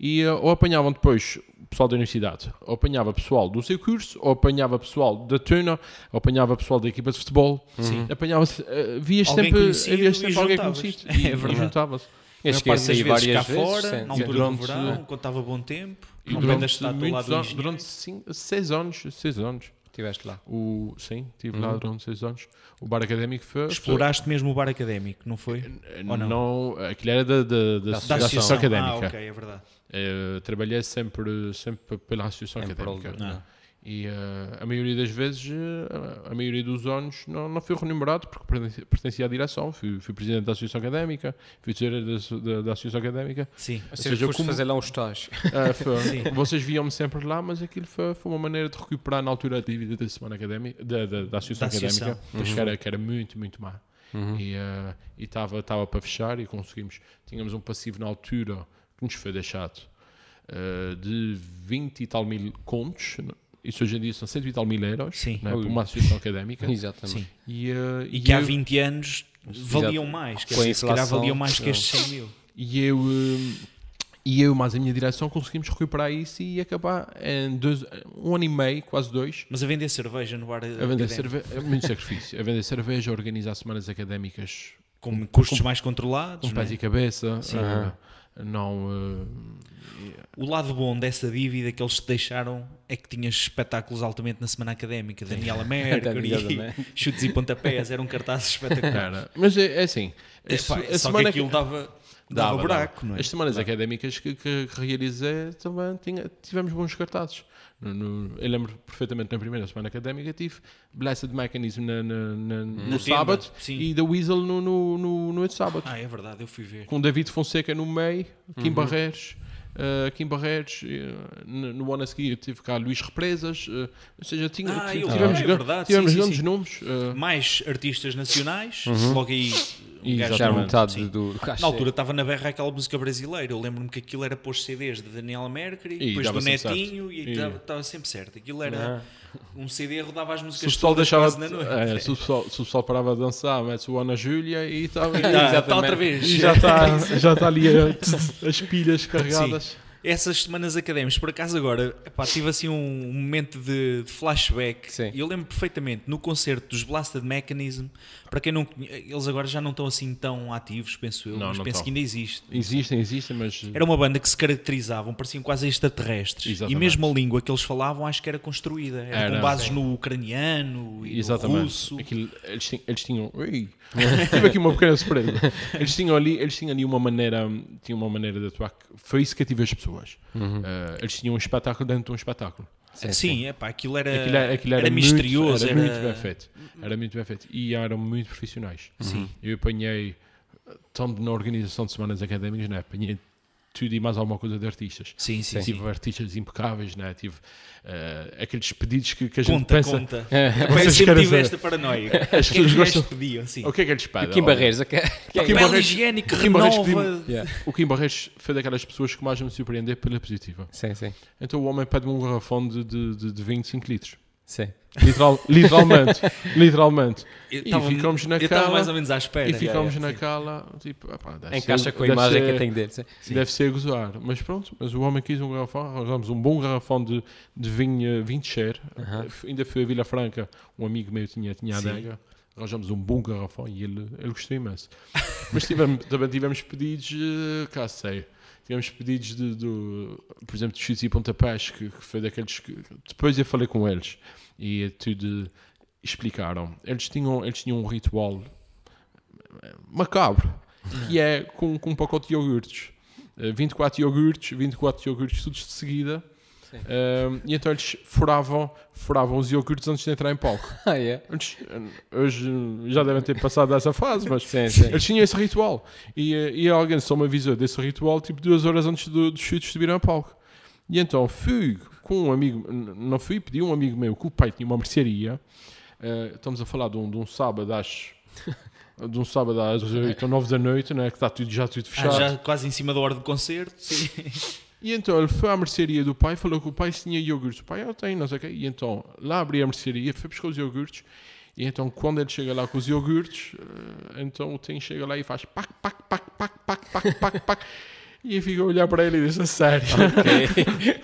Speaker 3: E eh, ou apanhavam depois o pessoal da universidade, ou apanhava pessoal do seu curso, ou apanhava pessoal da tuna, ou apanhava pessoal da equipa de futebol. Apanhava-se, eh, vias
Speaker 2: Alguém
Speaker 3: sempre,
Speaker 2: conhecido
Speaker 3: havias
Speaker 2: e
Speaker 3: sempre alguém
Speaker 2: juntavas.
Speaker 3: conhecido.
Speaker 2: É
Speaker 3: E- e
Speaker 2: verdade.
Speaker 3: juntava-se.
Speaker 1: Eu
Speaker 3: Maior
Speaker 1: cheguei a
Speaker 3: parte das
Speaker 1: sair
Speaker 2: Às vezes cá
Speaker 1: várias vezes.
Speaker 2: fora,
Speaker 1: sim.
Speaker 2: na altura do
Speaker 3: Durante-
Speaker 2: verão, quando estava bom tempo,
Speaker 3: E
Speaker 2: não
Speaker 3: durante,
Speaker 2: vendas estar do lado
Speaker 3: muitos
Speaker 2: do
Speaker 3: an-
Speaker 2: engenheiro.
Speaker 3: durante cinco, seis anos, seis anos,
Speaker 1: Estiveste lá.
Speaker 3: O, sim, estive lá durante seis anos. O bar académico foi.
Speaker 2: Exploraste mesmo o bar académico, não foi?
Speaker 3: foi-
Speaker 2: ou não?
Speaker 3: não, aquilo era da, da, da,
Speaker 1: associação.
Speaker 3: da associação
Speaker 2: Ah,
Speaker 3: académica.
Speaker 2: ok, é verdade.
Speaker 3: Eh, trabalhei sempre, sempre pela associação
Speaker 1: Em prol
Speaker 3: académica.
Speaker 1: de-
Speaker 2: Não.
Speaker 3: E eh, a maioria das vezes, eh, a maioria dos anos, não, não fui remunerado porque pertenci- pertencia à direção. Fui, fui presidente da Associação Académica, fui tesoureiro da, asso- da- da Associação Académica.
Speaker 2: Sim.
Speaker 1: Ou
Speaker 3: seja,
Speaker 1: seja, foste
Speaker 3: como-
Speaker 1: fazer lá um estágio.
Speaker 3: Eh, foi- vocês viam-me sempre lá, mas aquilo foi, foi uma maneira de recuperar na altura a dívida da Semana Académica, da, da, da Associação
Speaker 2: Da associação. Uhum.
Speaker 3: Académica, que, era, que era muito, muito má. E eh, e estava estava para fechar e conseguimos. Tínhamos um passivo na altura que nos foi deixado eh, de 20 e tal mil contos. n- Isso hoje em dia são 100 e tal mil euros
Speaker 2: Sim.
Speaker 3: né, para uma associação académica.
Speaker 1: Exatamente.
Speaker 2: Sim.
Speaker 3: E, eh,
Speaker 2: E
Speaker 3: e
Speaker 2: que há
Speaker 3: eu-
Speaker 2: 20 anos valiam mais. Quer
Speaker 1: Com a
Speaker 2: dizer, se calhar
Speaker 1: inflação,
Speaker 2: valiam mais que
Speaker 1: não.
Speaker 2: estes 100 mil.
Speaker 3: E eu, hum, e eu mais a minha direção conseguimos recuperar isso e acabar em dois, um ano e meio, quase dois,
Speaker 2: Mas a vender cerveja no bar.
Speaker 3: a vender cerveja, muito sacrifício, a vender cerveja, a organizar semanas académicas
Speaker 2: Com custos mais controlados.
Speaker 3: com
Speaker 2: não é?
Speaker 3: pés e cabeça, ah, não, ah,
Speaker 2: O lado bom dessa dívida que eles te deixaram é que tinhas espetáculos altamente na semana académica. Daniela Mercury,
Speaker 1: Exatamente.
Speaker 2: chutes e pontapés, eram cartazes espetaculares.
Speaker 3: cara. mas é, é assim, a,
Speaker 2: É,
Speaker 3: se-
Speaker 2: pá,
Speaker 3: a
Speaker 2: só que
Speaker 3: semana
Speaker 2: aquilo dava, dava, buraco, não é?
Speaker 3: As semanas académicas que, que realizei também tinha- tivemos bons cartazes. No- no- eu lembro perfeitamente na primeira semana académica tive Blessed Mechanism na- na- na-
Speaker 2: Na tenda,
Speaker 3: no sábado
Speaker 2: sim.
Speaker 3: e The Weasel no, no, no, no outro sábado.
Speaker 2: Ah, é verdade, eu fui ver.
Speaker 3: Com David Fonseca no meio,
Speaker 2: Uhum.
Speaker 3: Kim Barreiros. eh, Kim Barreiros, eh, no no ano a seguir eu tive cá Luís Represas, eh, ou seja, tinha,
Speaker 2: Ah,
Speaker 3: ti-
Speaker 2: eu-
Speaker 3: tivemos,
Speaker 2: ah, é
Speaker 3: gran-
Speaker 2: verdade,
Speaker 3: tivemos
Speaker 2: sim, sim,
Speaker 3: grandes
Speaker 2: sim.
Speaker 3: nomes. eh,
Speaker 2: Mais artistas nacionais,
Speaker 3: Uhum.
Speaker 2: logo aí um gajo
Speaker 1: Já
Speaker 2: não-
Speaker 1: metade
Speaker 2: sim.
Speaker 1: do do caixa.
Speaker 2: Na altura estava na berra aquela música brasileira. Eu lembro-me que aquilo era pôs CDs de Daniela Mercury,
Speaker 3: E
Speaker 2: depois do
Speaker 3: dava sempre certo.
Speaker 2: Netinho, e
Speaker 3: E- é?
Speaker 2: estava- estava sempre certo. Aquilo era um CD rodava as
Speaker 3: se o
Speaker 2: músicas
Speaker 3: pessoal
Speaker 2: todas
Speaker 3: deixava
Speaker 2: quase na noite.
Speaker 3: é, se o pessoal, se o pessoal parava de dançar, mete o Ana Júlia e estava
Speaker 2: Tá,
Speaker 1: Exatamente.
Speaker 2: tá outra vez.
Speaker 3: E já está já tá ali a- as pilhas carregadas.
Speaker 2: Essas semanas académicas, por acaso agora, epá, tive assim um momento de, de flashback.
Speaker 1: Sim.
Speaker 2: E eu lembro perfeitamente, no concerto dos Blasted Mechanism, para quem não conhe- eles agora já não estão assim tão ativos, penso eu,
Speaker 3: Não,
Speaker 2: mas
Speaker 3: não
Speaker 2: penso
Speaker 3: estão.
Speaker 2: que ainda existe.
Speaker 3: Existem, existem, mas.
Speaker 2: Era uma banda que se caracterizavam, pareciam quase extraterrestres.
Speaker 3: Exatamente.
Speaker 2: E mesmo a língua que eles falavam, acho que era construída. Era,
Speaker 3: Era.
Speaker 2: com bases no ucraniano e no russo.
Speaker 3: Aquilo- eles, tinham, eles tinham. Ui, tive aqui uma pequena surpresa. Eles tinham ali, eles tinham ali uma maneira, tinham uma maneira de atuar. que Foi isso que ativa as pessoas.
Speaker 2: Uhum.
Speaker 3: Eh, eles tinham um espetáculo dentro de um espetáculo.
Speaker 2: Sim, epá, aquilo era,
Speaker 3: Aquilo, era- aquilo era,
Speaker 2: era
Speaker 3: muito-
Speaker 2: misterioso.
Speaker 3: era,
Speaker 2: Era,
Speaker 3: muito bem feito. Era muito bem feito. E eram muito profissionais. Eu apanhei, tanto na organização de semanas académicas, né? apanhei tudo e mais alguma coisa de artistas.
Speaker 2: Sim, sim,
Speaker 3: tive
Speaker 2: sim.
Speaker 3: artistas impecáveis, né? tive eh, aqueles pedidos que, que a gente
Speaker 2: Conta,
Speaker 3: pensa.
Speaker 2: conta.
Speaker 3: vocês
Speaker 2: Eu sempre
Speaker 3: querem
Speaker 2: tive
Speaker 3: saber?
Speaker 2: esta paranoia. O que é
Speaker 3: As
Speaker 2: que os
Speaker 3: pessoas
Speaker 2: gajos
Speaker 3: gostam.
Speaker 2: pediam? Sim.
Speaker 3: O que é que eles pedem?
Speaker 1: Kim
Speaker 3: Olha,
Speaker 1: Barreiros, a que- que-
Speaker 3: Kim
Speaker 2: Papel
Speaker 3: Barreiros-
Speaker 2: é higiênico
Speaker 3: Kim Barreiros
Speaker 2: renova.
Speaker 3: O Kim Barreiros foi daquelas pessoas que mais me surpreender pela positiva.
Speaker 1: Sim, sim.
Speaker 3: Então o homem pede-me um garrafão de, de, de, de 25 litros.
Speaker 1: Sim.
Speaker 3: Literal- literalmente. literalmente.
Speaker 2: Eu
Speaker 3: E
Speaker 2: tava-
Speaker 3: ficamos na
Speaker 2: eu estava
Speaker 3: cama
Speaker 2: mais ou menos à espera. assim.
Speaker 3: E ficámos na cala, tipo, epá, deve
Speaker 1: Encaixa
Speaker 3: ser-
Speaker 1: com a
Speaker 3: deve
Speaker 1: imagem
Speaker 3: ser-
Speaker 1: que tem dele. sim.
Speaker 3: Deve ser a gozar. Mas pronto, mas o homem quis um garrafão, arranjámos um bom garrafão de, de vinho, eh, vinho de cheiro. Ainda foi a Vila Franca, um amigo meu tinha, tinha
Speaker 2: Sim.
Speaker 3: adega. Arranjámos um bom garrafão e ele, ele gostou imenso. mas tivemos, também tivemos pedidos, eh, cá sei. Tivemos pedidos de, do, por exemplo, de chutes e pontapés, que, que foi daqueles que. Depois eu falei com eles e tudo explicaram. Eles tinham, eles tinham um ritual eh, macabro, que é com, com um pacote de iogurtes. Eh, 24 iogurtes, 24 iogurtes todos de seguida. Ehm, e então eles furavam, furavam os iogurtes antes de entrar em palco.
Speaker 1: Ah, é?
Speaker 3: Antes- hoje eh, já devem ter passado dessa fase, mas
Speaker 1: Sim, sim.
Speaker 3: eles tinham esse ritual. E, eh, e alguém só me avisou desse ritual tipo duas horas antes do- dos chutes subirem ao palco. E então fui com um amigo, n- não fui, pedi a um amigo meu que o pai tinha uma mercearia. Eh, estamos a falar de um, de um sábado às. De um sábado às 8 ou 9 da noite, né, que está tudo, já tudo
Speaker 2: Ah,
Speaker 3: fechado.
Speaker 2: já quase em cima da hora do concerto. Sim.
Speaker 3: E então ele foi à mercearia do pai, falou que o pai se tinha iogurtes. O pai, eu tenho, não sei o quê. E então lá abri a mercearia, foi buscar os iogurtes. E então quando ele chega lá com os iogurtes, eh, então o Tim chega lá e faz pac, pac, pac, pac, pac, pac, pac, pac. E eu fico a olhar para ele e disse, a sério.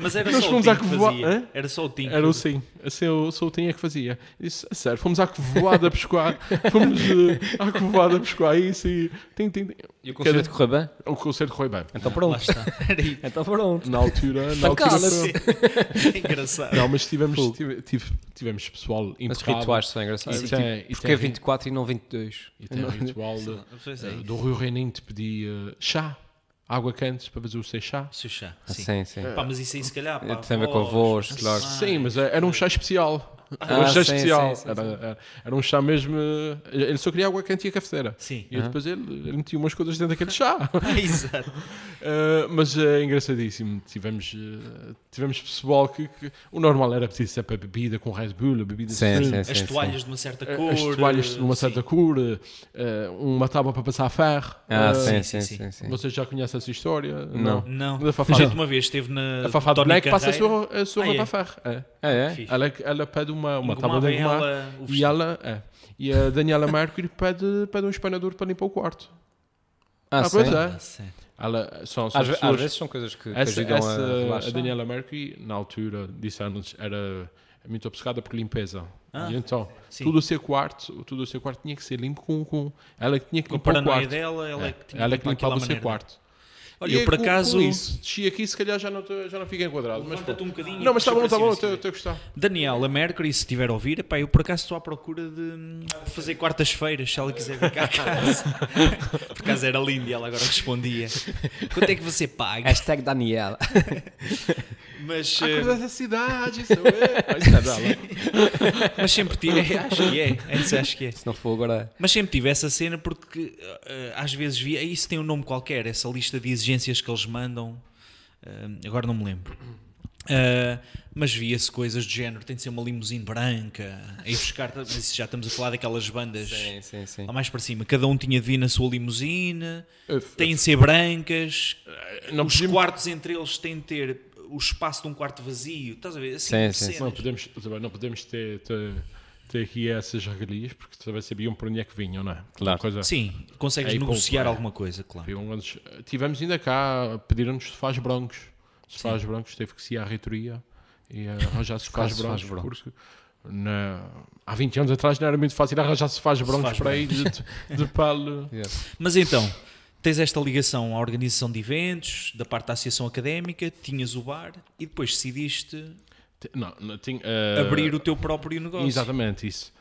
Speaker 2: Mas era
Speaker 3: Nós
Speaker 2: só o
Speaker 3: fomos
Speaker 2: Tim
Speaker 3: à
Speaker 2: que
Speaker 3: Covoa-
Speaker 2: fazia.
Speaker 3: Hã?
Speaker 2: Era só o Tim. que
Speaker 3: Era o
Speaker 2: fazia.
Speaker 3: sim, assim eu só o Tim é que fazia. Eu Disse, a sério, fomos à covoada pescoar, fomos eh, à covoada pescoar isso e... Tim, tim, tim.
Speaker 1: E o concerto correu bem?
Speaker 3: O concerto correu bem.
Speaker 1: Então
Speaker 2: Lá
Speaker 1: pronto.
Speaker 2: está. Era aí.
Speaker 1: Então pronto.
Speaker 3: Na altura, na altura
Speaker 1: Cala-se.
Speaker 3: foi-
Speaker 2: Engraçado.
Speaker 3: Não, mas tivemos, tive- tive- tivemos pessoal
Speaker 1: Mas os
Speaker 3: impecável.
Speaker 1: rituais são engraçados.
Speaker 3: E
Speaker 1: Tipo,
Speaker 3: tem- e
Speaker 1: Porque
Speaker 3: tem-
Speaker 1: é 24 e não 22.
Speaker 3: E tem o ritual de-
Speaker 2: Pois é.
Speaker 3: do Rio Reininho te pedir eh, chá. água quente para fazer o seu chá.
Speaker 2: Seu chá,
Speaker 1: Ah,
Speaker 2: sim.
Speaker 1: Sim, sim.
Speaker 2: Pá, mas isso aí se calhar, pá,
Speaker 1: Tem a ver com a voz, claro.
Speaker 3: Sim, mas é- era um chá especial. Era um
Speaker 1: Ah,
Speaker 3: chá
Speaker 1: sim,
Speaker 3: especial.
Speaker 1: sim, sim,
Speaker 3: Era, era- era um chá mesmo. eh, Ele só queria água quente e a cafeteira.
Speaker 2: Sim. Ah,
Speaker 3: E eu depois ele, ele metia umas coisas dentro daquele chá.
Speaker 2: Exato.
Speaker 3: Eh, mas é engraçadíssimo. Tivemos, eh, tivemos pessoal que, que- O normal era pedir sempre a bebida com Red Bull, a bebida
Speaker 1: Sim,
Speaker 3: sem-
Speaker 1: sim, sim,
Speaker 2: As
Speaker 1: sim.
Speaker 2: toalhas de uma certa
Speaker 3: eh,
Speaker 2: cor.
Speaker 3: as toalhas numa
Speaker 2: sim.
Speaker 3: certa cor, eh, uma tábua para passar ferro.
Speaker 1: Ah,
Speaker 3: Eh,
Speaker 1: sim,
Speaker 2: sim,
Speaker 1: sim,
Speaker 2: sim.
Speaker 1: sim. sim.
Speaker 3: Vocês já conhecem essa história?
Speaker 1: Não.
Speaker 2: Não.
Speaker 3: Da Fafá.
Speaker 2: A gente uma vez esteve na.
Speaker 3: A Fafá de
Speaker 2: Tony
Speaker 3: Boneco passa a
Speaker 2: Carreira.
Speaker 3: sua, a sua
Speaker 2: Ah, é?
Speaker 3: roupa a ferro. É.
Speaker 1: Ah, é?
Speaker 2: Fixe.
Speaker 3: Ela, ela pede uma, uma tábua de
Speaker 2: Engomava
Speaker 3: engomar.
Speaker 2: ela o
Speaker 3: E
Speaker 2: vestido.
Speaker 3: ela, é. E a Daniela Mercury pede, pede um espanador para limpar o quarto.
Speaker 1: Ah, sim.
Speaker 3: pois é.
Speaker 2: Ah, sim.
Speaker 3: Ela, são, são
Speaker 1: Às, ve- às
Speaker 3: pessoas-
Speaker 1: vezes são coisas que, que
Speaker 3: essa,
Speaker 1: ajudam
Speaker 3: essa-
Speaker 1: a
Speaker 3: a,
Speaker 1: relaxar.
Speaker 3: Daniela Mercury, na altura, disse-nos, era muito obcecada por limpeza.
Speaker 2: Ah,
Speaker 3: e então,
Speaker 2: sim.
Speaker 3: tudo o seu quarto, tudo o seu quarto tinha que ser limpo com, com ela que tinha que
Speaker 2: Com a
Speaker 3: limpar o
Speaker 2: paranoia
Speaker 3: quarto.
Speaker 2: dela, ela é
Speaker 3: É,
Speaker 2: que tinha
Speaker 3: ela
Speaker 2: que
Speaker 3: que
Speaker 2: limpar aquela
Speaker 3: limpava o seu
Speaker 2: maneira.
Speaker 3: quarto.
Speaker 2: Olha,
Speaker 3: E
Speaker 2: eu
Speaker 3: é
Speaker 2: por
Speaker 3: com-
Speaker 2: acaso.
Speaker 3: Com isso, desci aqui, se calhar já não, tô- já não fica enquadrado. Mas,
Speaker 2: Levanta-te
Speaker 3: pô.
Speaker 2: um bocadinho
Speaker 3: não,
Speaker 2: e
Speaker 3: mas está bom,
Speaker 2: puxa
Speaker 3: está
Speaker 2: para
Speaker 3: bom,
Speaker 2: cima,
Speaker 3: estou
Speaker 2: sim.
Speaker 3: estou a gostar.
Speaker 2: Daniela Mercury, se estiver a ouvir, epá, eu por acaso estou à procura de, de fazer quartas-feiras, se ela quiser vir cá a casa. por acaso era linda e ela agora respondia. Quanto é que você paga?
Speaker 1: Hashtag Daniela.
Speaker 2: Mas,
Speaker 3: A
Speaker 2: eh,
Speaker 3: coisa Ah, da cidade, sou eu. Isso é dela.
Speaker 2: mas sempre tive, acho que é, isso acho que é.
Speaker 1: Se não for agora.
Speaker 2: Mas sempre tive essa cena porque eh, às vezes via, isso tem um nome qualquer, essa lista de exigências que eles mandam, eh, agora não me lembro. Eh, mas via-se coisas do género, tem de ser uma limusine branca, aí buscar, mas isso já estamos a falar daquelas bandas
Speaker 1: Sim, sim, sim.
Speaker 2: lá mais para cima, cada um tinha de vir na sua limusine, têm de ser brancas,
Speaker 1: É um
Speaker 3: Não
Speaker 2: os
Speaker 3: podíamos-
Speaker 2: quartos entre eles têm de ter o espaço de um quarto vazio, estás a ver? Assim,
Speaker 1: Sim, sim,
Speaker 2: cenas.
Speaker 3: Não podemos, também não podemos ter, ter, ter aqui essas regalias, porque também sabiam por onde é que vinham, não é?
Speaker 1: Claro.
Speaker 3: Coisa.
Speaker 2: Sim, consegues
Speaker 3: Aí, pô,
Speaker 2: negociar
Speaker 3: é.
Speaker 2: alguma coisa, claro.
Speaker 3: Viam antes- Tivemos ainda cá, pediram-nos sofás brancos. Sofás brancos, teve que se ir à reitoria e arranjar sofás
Speaker 1: Quase sofás
Speaker 3: brancos. Porque na- há 20 anos atrás não era muito fácil arranjar sofás brancos
Speaker 2: Sofás
Speaker 3: para aí de, de- de pele.
Speaker 2: Mas então, tens esta ligação à organização de eventos, da parte da associação académica, tinhas o bar e depois decidiste
Speaker 3: Te- Não, não tinha, eh,
Speaker 2: abrir o teu próprio negócio.
Speaker 3: Exatamente, isso.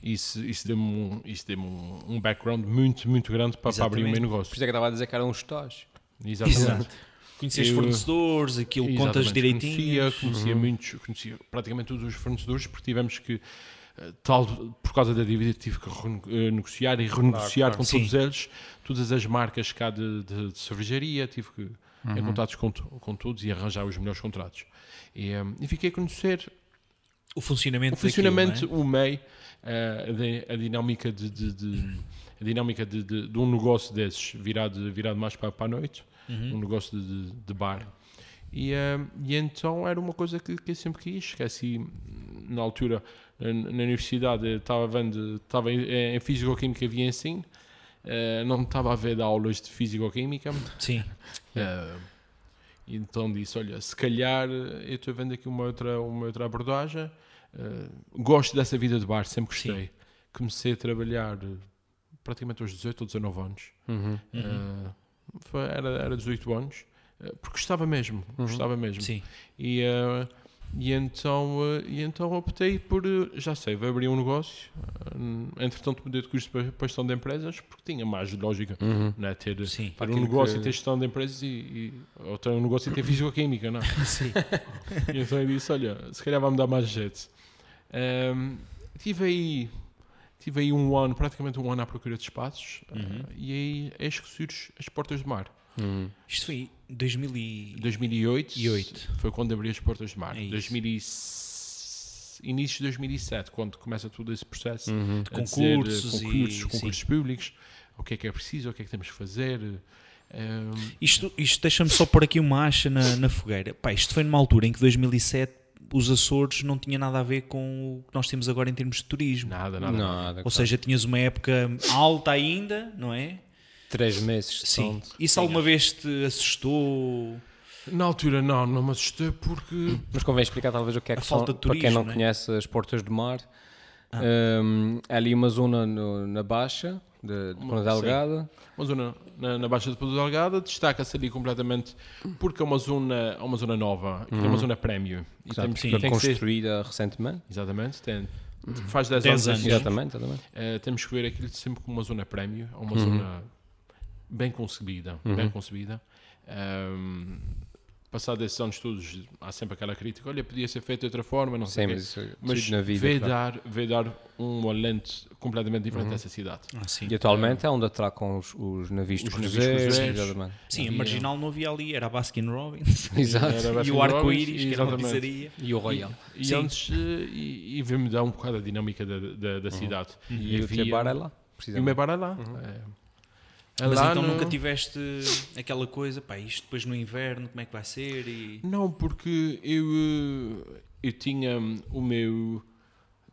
Speaker 3: Isso, isso deu-me um, isso deu-me um, um background muito, muito grande para, para abrir o meu
Speaker 2: Exatamente.
Speaker 1: Por
Speaker 3: negócio.
Speaker 1: isso é que eu estava a dizer que eram os tos.
Speaker 3: Exatamente.
Speaker 2: Exato. Conheceste
Speaker 3: Eu-
Speaker 2: fornecedores, aquilo contas Uhum.
Speaker 3: Exatamente.
Speaker 2: direitinho.
Speaker 3: Conhecia, conhecia muitos, conhecia praticamente todos os fornecedores, porque tivemos que, eh, tal, por causa da dívida, tive que rene- eh, negociar e renegociar com
Speaker 2: Sim.
Speaker 3: todos eles, todas as marcas cá de, de, de cervejaria, tive que
Speaker 2: Uhum.
Speaker 3: ter contatos com, to- com todos e arranjar os melhores contratos. E, eh, e fiquei a conhecer
Speaker 2: O funcionamento
Speaker 3: o funcionamento, o MEI, eh, a di- a, dinâmica de, de- de- a dinâmica de, de- de um negócio desses virado, virado mais para, para a noite, um negócio de, de- de bar. E, eh, e então era uma coisa que, que eu sempre quis, que assim, na altura, na, na universidade, eu estava vendo, estava em, em Físico-Química havia ensino, eh, não estava a ver de aulas de Físico-Química,
Speaker 2: é? Sim,
Speaker 3: eh, e então disse, olha, se calhar eh, eu estou vendo aqui uma outra, uma outra abordagem. Eh, gosto dessa vida de bar, sempre gostei. Comecei a trabalhar eh, praticamente aos 18 ou 19 anos.
Speaker 1: Uhum,
Speaker 3: Eh, foi- era, era 18 anos, eh, porque gostava mesmo, gostava mesmo.
Speaker 2: sim.
Speaker 3: E, eh, e, então, eh, e então optei por, eh, já sei, vou abrir um negócio. Eh, entretanto mudei de curso para, para gestão de empresas, porque tinha mais lógica
Speaker 1: uhum,
Speaker 3: né, ter,
Speaker 2: Sim.
Speaker 3: ter um
Speaker 1: Aquilo
Speaker 3: negócio
Speaker 1: que-
Speaker 3: e ter gestão de empresas e, e ou ter um negócio e ter fisicoquímica, não? é?
Speaker 2: Sim.
Speaker 3: e então eu disse, olha, se calhar vai-me dar mais jeito. Ehm, tive aí tive aí um ano, praticamente um ano à procura de espaços
Speaker 2: Uhum.
Speaker 3: eh, e aí eis que surge as portas de mar.
Speaker 1: uhum.
Speaker 2: Isto foi em 2000 e...
Speaker 3: 2008
Speaker 2: E oito.
Speaker 3: foi quando abri as portas de mar.
Speaker 2: É isso.
Speaker 3: 2000 e s- Início de 2007, quando começa todo esse processo de
Speaker 2: Uhum. concursos e-
Speaker 3: concursos,
Speaker 2: sim.
Speaker 3: concursos públicos, o que é que é preciso, o que é que temos que fazer. eh,
Speaker 2: Isto, isto deixa-me só pôr aqui uma acha na, na fogueira. Pá, isto foi numa altura em que 2007 os Açores não tinha nada a ver com o que nós temos agora em termos de turismo.
Speaker 3: nada, nada.
Speaker 1: Nada.
Speaker 2: Ou seja, tinhas uma época alta ainda, não é?
Speaker 1: Três meses de
Speaker 2: Sim.
Speaker 1: sono.
Speaker 2: Isso alguma vez te assustou?
Speaker 3: Na altura, não, não me assustei porque
Speaker 1: Mas convém explicar talvez o que é
Speaker 2: A
Speaker 1: que são,
Speaker 2: falta de
Speaker 1: para quem
Speaker 2: turismo,
Speaker 1: não
Speaker 2: né?
Speaker 1: conhece as Portas do Mar. Hum, há ali uma zona no- na Baixa, de, de Ponta Delgada.
Speaker 3: uma zona na, na Baixa de Pouso Delgada destaca-se ali completamente porque é uma zona, é uma zona nova, aquilo é
Speaker 1: Uhum.
Speaker 3: uma zona prémio. E temos-
Speaker 1: é
Speaker 2: sim.
Speaker 3: tem que ser-
Speaker 1: Construída eh, recentemente.
Speaker 3: Exatamente, tem- faz 10
Speaker 2: Dez
Speaker 3: anos,
Speaker 2: anos.
Speaker 3: este ano.
Speaker 1: Exatamente, exatamente.
Speaker 3: Eh, temos que ver é
Speaker 1: Uhum.
Speaker 3: aquilo sempre como uma zona prémio, ou uma zona bem concebida, bem concebida. Ahm, passado esses anos todos, há sempre aquela crítica: olha, podia ser feito de outra forma, não sei.
Speaker 1: Sim,
Speaker 3: o quê.
Speaker 1: mas isso é
Speaker 3: mas
Speaker 1: tudo na vida.
Speaker 3: vê,
Speaker 1: claro. Uhum.
Speaker 3: dar, vê dar um olhante completamente diferente a essa cidade.
Speaker 2: Ah, sim.
Speaker 1: E atualmente é onde atracam os, os navios
Speaker 3: Os
Speaker 1: dos
Speaker 3: navios
Speaker 1: cruzeiros.
Speaker 3: cruzeiros.
Speaker 1: exatamente.
Speaker 2: Sim, a
Speaker 3: E,
Speaker 2: marginal não havia ali, era a Baskin Robbins
Speaker 1: Exato.
Speaker 3: Era
Speaker 2: e
Speaker 3: Baskin
Speaker 2: o
Speaker 3: Robbins,
Speaker 2: arco-íris, que era uma
Speaker 3: exatamente.
Speaker 2: pizzaria.
Speaker 1: E o Royal.
Speaker 3: E
Speaker 2: Sim.
Speaker 3: antes, eh, e, e vê-me dar um bocado a dinâmica da, da, da cidade.
Speaker 1: E, o
Speaker 3: via-
Speaker 1: Tebar é lá.
Speaker 3: E o meu
Speaker 1: precisamente.
Speaker 3: bar é lá. É. É
Speaker 2: Uhum. Mas
Speaker 3: lá
Speaker 2: então
Speaker 3: no-
Speaker 2: nunca tiveste aquela coisa, pá, isto depois no inverno, como é que vai ser? E...
Speaker 3: Não, porque eu, eh, eu tinha hum, o meu.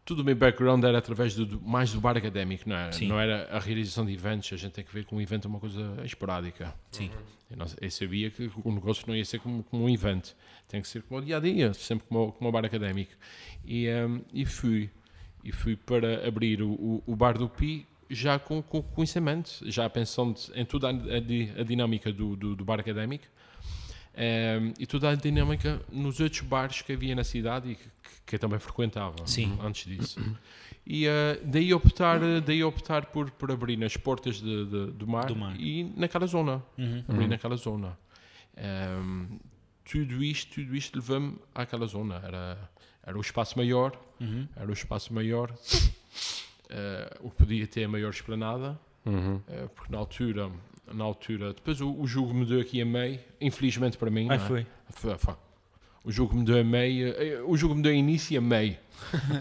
Speaker 3: Tudo o meu background era através do, do- mais do bar académico, não era?
Speaker 2: Sim.
Speaker 3: Não era a realização de eventos, a gente tem que ver com um evento é uma coisa esporádica. Uhum.
Speaker 2: Sim.
Speaker 3: Eu, não- eu sabia que o negócio não ia ser como, como um evento, tem que ser como o dia a dia, sempre como, o- como o bar académico. E, hum, e fui. E fui para abrir o, o, o bar do Pi já com, com conhecimento, já pensando em toda a, a di- a dinâmica do, do, do bar académico hum, e toda a dinâmica nos outros bares que havia na cidade e que, que- que eu também frequentava
Speaker 2: Sim.
Speaker 3: antes disso. E eh, daí optar, daí optar por, por abrir nas portas de- de- do, mar
Speaker 2: Do mar.
Speaker 3: e naquela zona
Speaker 2: Uhum.
Speaker 3: ali naquela zona. Ehm, tudo isto, tudo isto levou-me àquela zona. Era, era o espaço maior,
Speaker 2: Uhum.
Speaker 3: era o espaço maior. eh, o que podia ter a maior esplanada,
Speaker 1: Uhum.
Speaker 3: eh, porque na altura, na altura, depois o, o jogo me deu aqui a meio, infelizmente para mim.
Speaker 2: Ah,
Speaker 3: não é?
Speaker 2: foi.
Speaker 3: Foi, foi. O jogo me deu a meio, eh, o jogo me deu início e a meio.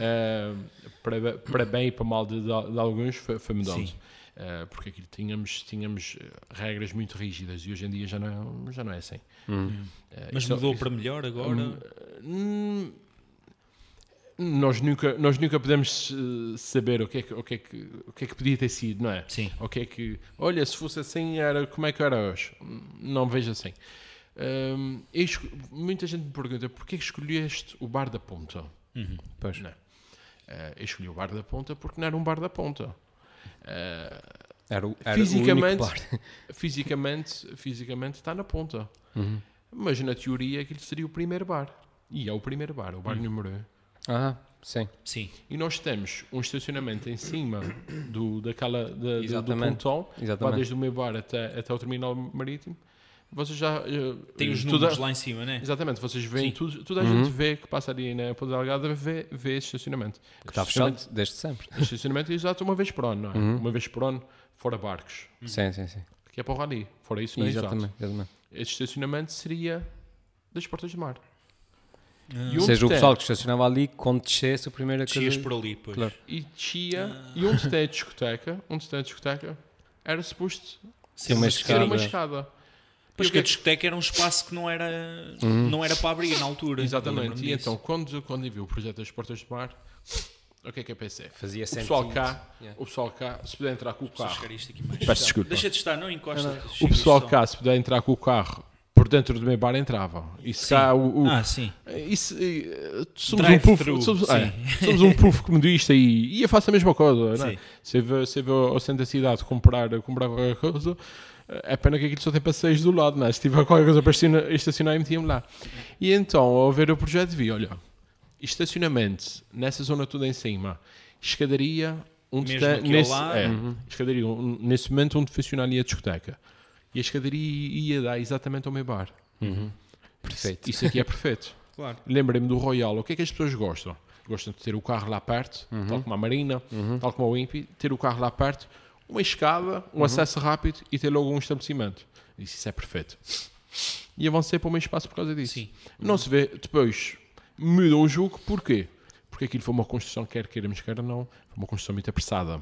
Speaker 3: Ehm, para, be- para bem e para mal de, de- de alguns, foi, foi mudando.
Speaker 2: Sim.
Speaker 3: Eh, porque aquilo tínhamos, tínhamos eh, regras muito rígidas e hoje em dia já não, já não é assim.
Speaker 1: uhum.
Speaker 3: Eh,
Speaker 2: Mas
Speaker 3: isso-
Speaker 2: mudou
Speaker 3: isso-
Speaker 2: para melhor agora?
Speaker 3: Hum, nós nunca, nós nunca podemos eh, saber o que, é que, o, que é que, o que é que podia ter sido, não é?
Speaker 2: Sim.
Speaker 3: O que é que. Olha, se fosse assim, era como é que era hoje? Hum, Não vejo assim. Hum, eu esco- muita gente me pergunta porquê que escolheste o bar da ponta? uhum.
Speaker 1: Pois.
Speaker 3: Não. Eh, eu escolhi o bar da ponta porque não era um bar da ponta. Eh,
Speaker 1: Era o, era
Speaker 3: Fisicamente-
Speaker 1: o único bar.
Speaker 3: fisicamente, fisicamente está na ponta.
Speaker 1: Uhum.
Speaker 3: Mas na teoria aquilo seria o primeiro bar. E é o primeiro bar, o bar número um.
Speaker 1: Ah, sim.
Speaker 2: Sim.
Speaker 3: E nós temos um estacionamento em cima do, daquela, da, do, do
Speaker 1: Exatamente.
Speaker 3: pontão, vai
Speaker 1: Exatamente.
Speaker 3: desde o meu bar até, até o terminal marítimo. Vocês já. eh,
Speaker 2: Tem os
Speaker 3: toda-
Speaker 2: números lá em cima, né?
Speaker 3: Exatamente, vocês veem,
Speaker 2: Sim.
Speaker 3: tudo, toda a
Speaker 1: Uhum.
Speaker 3: gente vê que passa ali na Ponta Delgada, vê, vê esse estacionamento.
Speaker 1: Que está
Speaker 3: Estacionamento-
Speaker 1: fechado Uhum. desde sempre.
Speaker 3: Estacionamento é exato uma vez por ano, não é? Uma vez por ano, fora barcos.
Speaker 1: Sim, sim, sim.
Speaker 3: Que é para o rally. Fora isso, não é exato.
Speaker 1: Exatamente. exatamente.
Speaker 3: Este estacionamento seria das portas do mar. E
Speaker 2: Ah.
Speaker 1: Ou seja, o
Speaker 3: tem-
Speaker 1: pessoal que é? estacionava ali, quando descesse, a primeira
Speaker 2: Chegas
Speaker 1: coisa.
Speaker 2: por ali, pois.
Speaker 1: Claro.
Speaker 3: E descia, e onde tem a discoteca, onde tem a discoteca, era suposto
Speaker 1: Tem uma
Speaker 3: ser
Speaker 1: escada.
Speaker 3: uma escada.
Speaker 2: Pois
Speaker 3: E o
Speaker 2: que a
Speaker 3: que é que-
Speaker 2: discoteca era um espaço que não era, não era para abrir na altura.
Speaker 3: Uhum. Exatamente.
Speaker 2: Lembro-me
Speaker 3: E
Speaker 2: disso.
Speaker 3: então, quando, quando eu vi o projeto das portas do mar, o que é que eu pensei?
Speaker 1: Fazia
Speaker 3: O
Speaker 1: sempre.
Speaker 3: pessoal cá,
Speaker 1: Yeah.
Speaker 3: o pessoal cá, se puder entrar com o
Speaker 2: Só
Speaker 3: carro.
Speaker 2: chegar isto aqui mais.
Speaker 3: Peço desculpa.
Speaker 2: Deixa de estar, não encosta.
Speaker 3: O
Speaker 2: chega
Speaker 3: pessoal
Speaker 2: só.
Speaker 3: cá, se puder entrar com o carro por dentro do meu bar, entrava. E se cá o. o-
Speaker 2: Ah, sim.
Speaker 3: isso, e, eh, somos, um
Speaker 2: Drive-thru,
Speaker 3: puff, somos,
Speaker 2: sim.
Speaker 3: é, somos um puff comodista e, e eu faço a mesma coisa. Não é?
Speaker 2: Sim.
Speaker 3: Se eu vou- se eu vou ao centro da cidade comprar, comprar qualquer coisa, é pena que aquilo só tem passeios do lado. Não é? Se tiver qualquer coisa para estacionar, estacionar eu metia-me lá. E então, ao ver o projeto, vi: olha, estacionamento nessa zona toda em cima, escadaria, onde
Speaker 2: Mesmo Uhum.
Speaker 3: está,
Speaker 2: aqui ao
Speaker 3: nesse,
Speaker 2: lado.
Speaker 3: é, escadaria, um- nesse momento onde funcionaria a discoteca. E a escadaria ia dar exatamente ao meu bar.
Speaker 1: Perfeito.
Speaker 3: Isso aqui é perfeito.
Speaker 2: Claro.
Speaker 3: Lembrei-me do Royal. O que é que as pessoas gostam? Gostam de ter o carro lá perto, tal como a Marina, tal como o Impi, ter o carro lá perto, uma escada, um acesso rápido e ter logo um estabelecimento. Disse, isso é perfeito. E avancei para o meu espaço por causa disso.
Speaker 2: Sim.
Speaker 3: Não se vê, depois mudam o jogo, porquê? Porque aquilo foi uma construção, quer queiramos, quer não, foi uma construção muito apressada.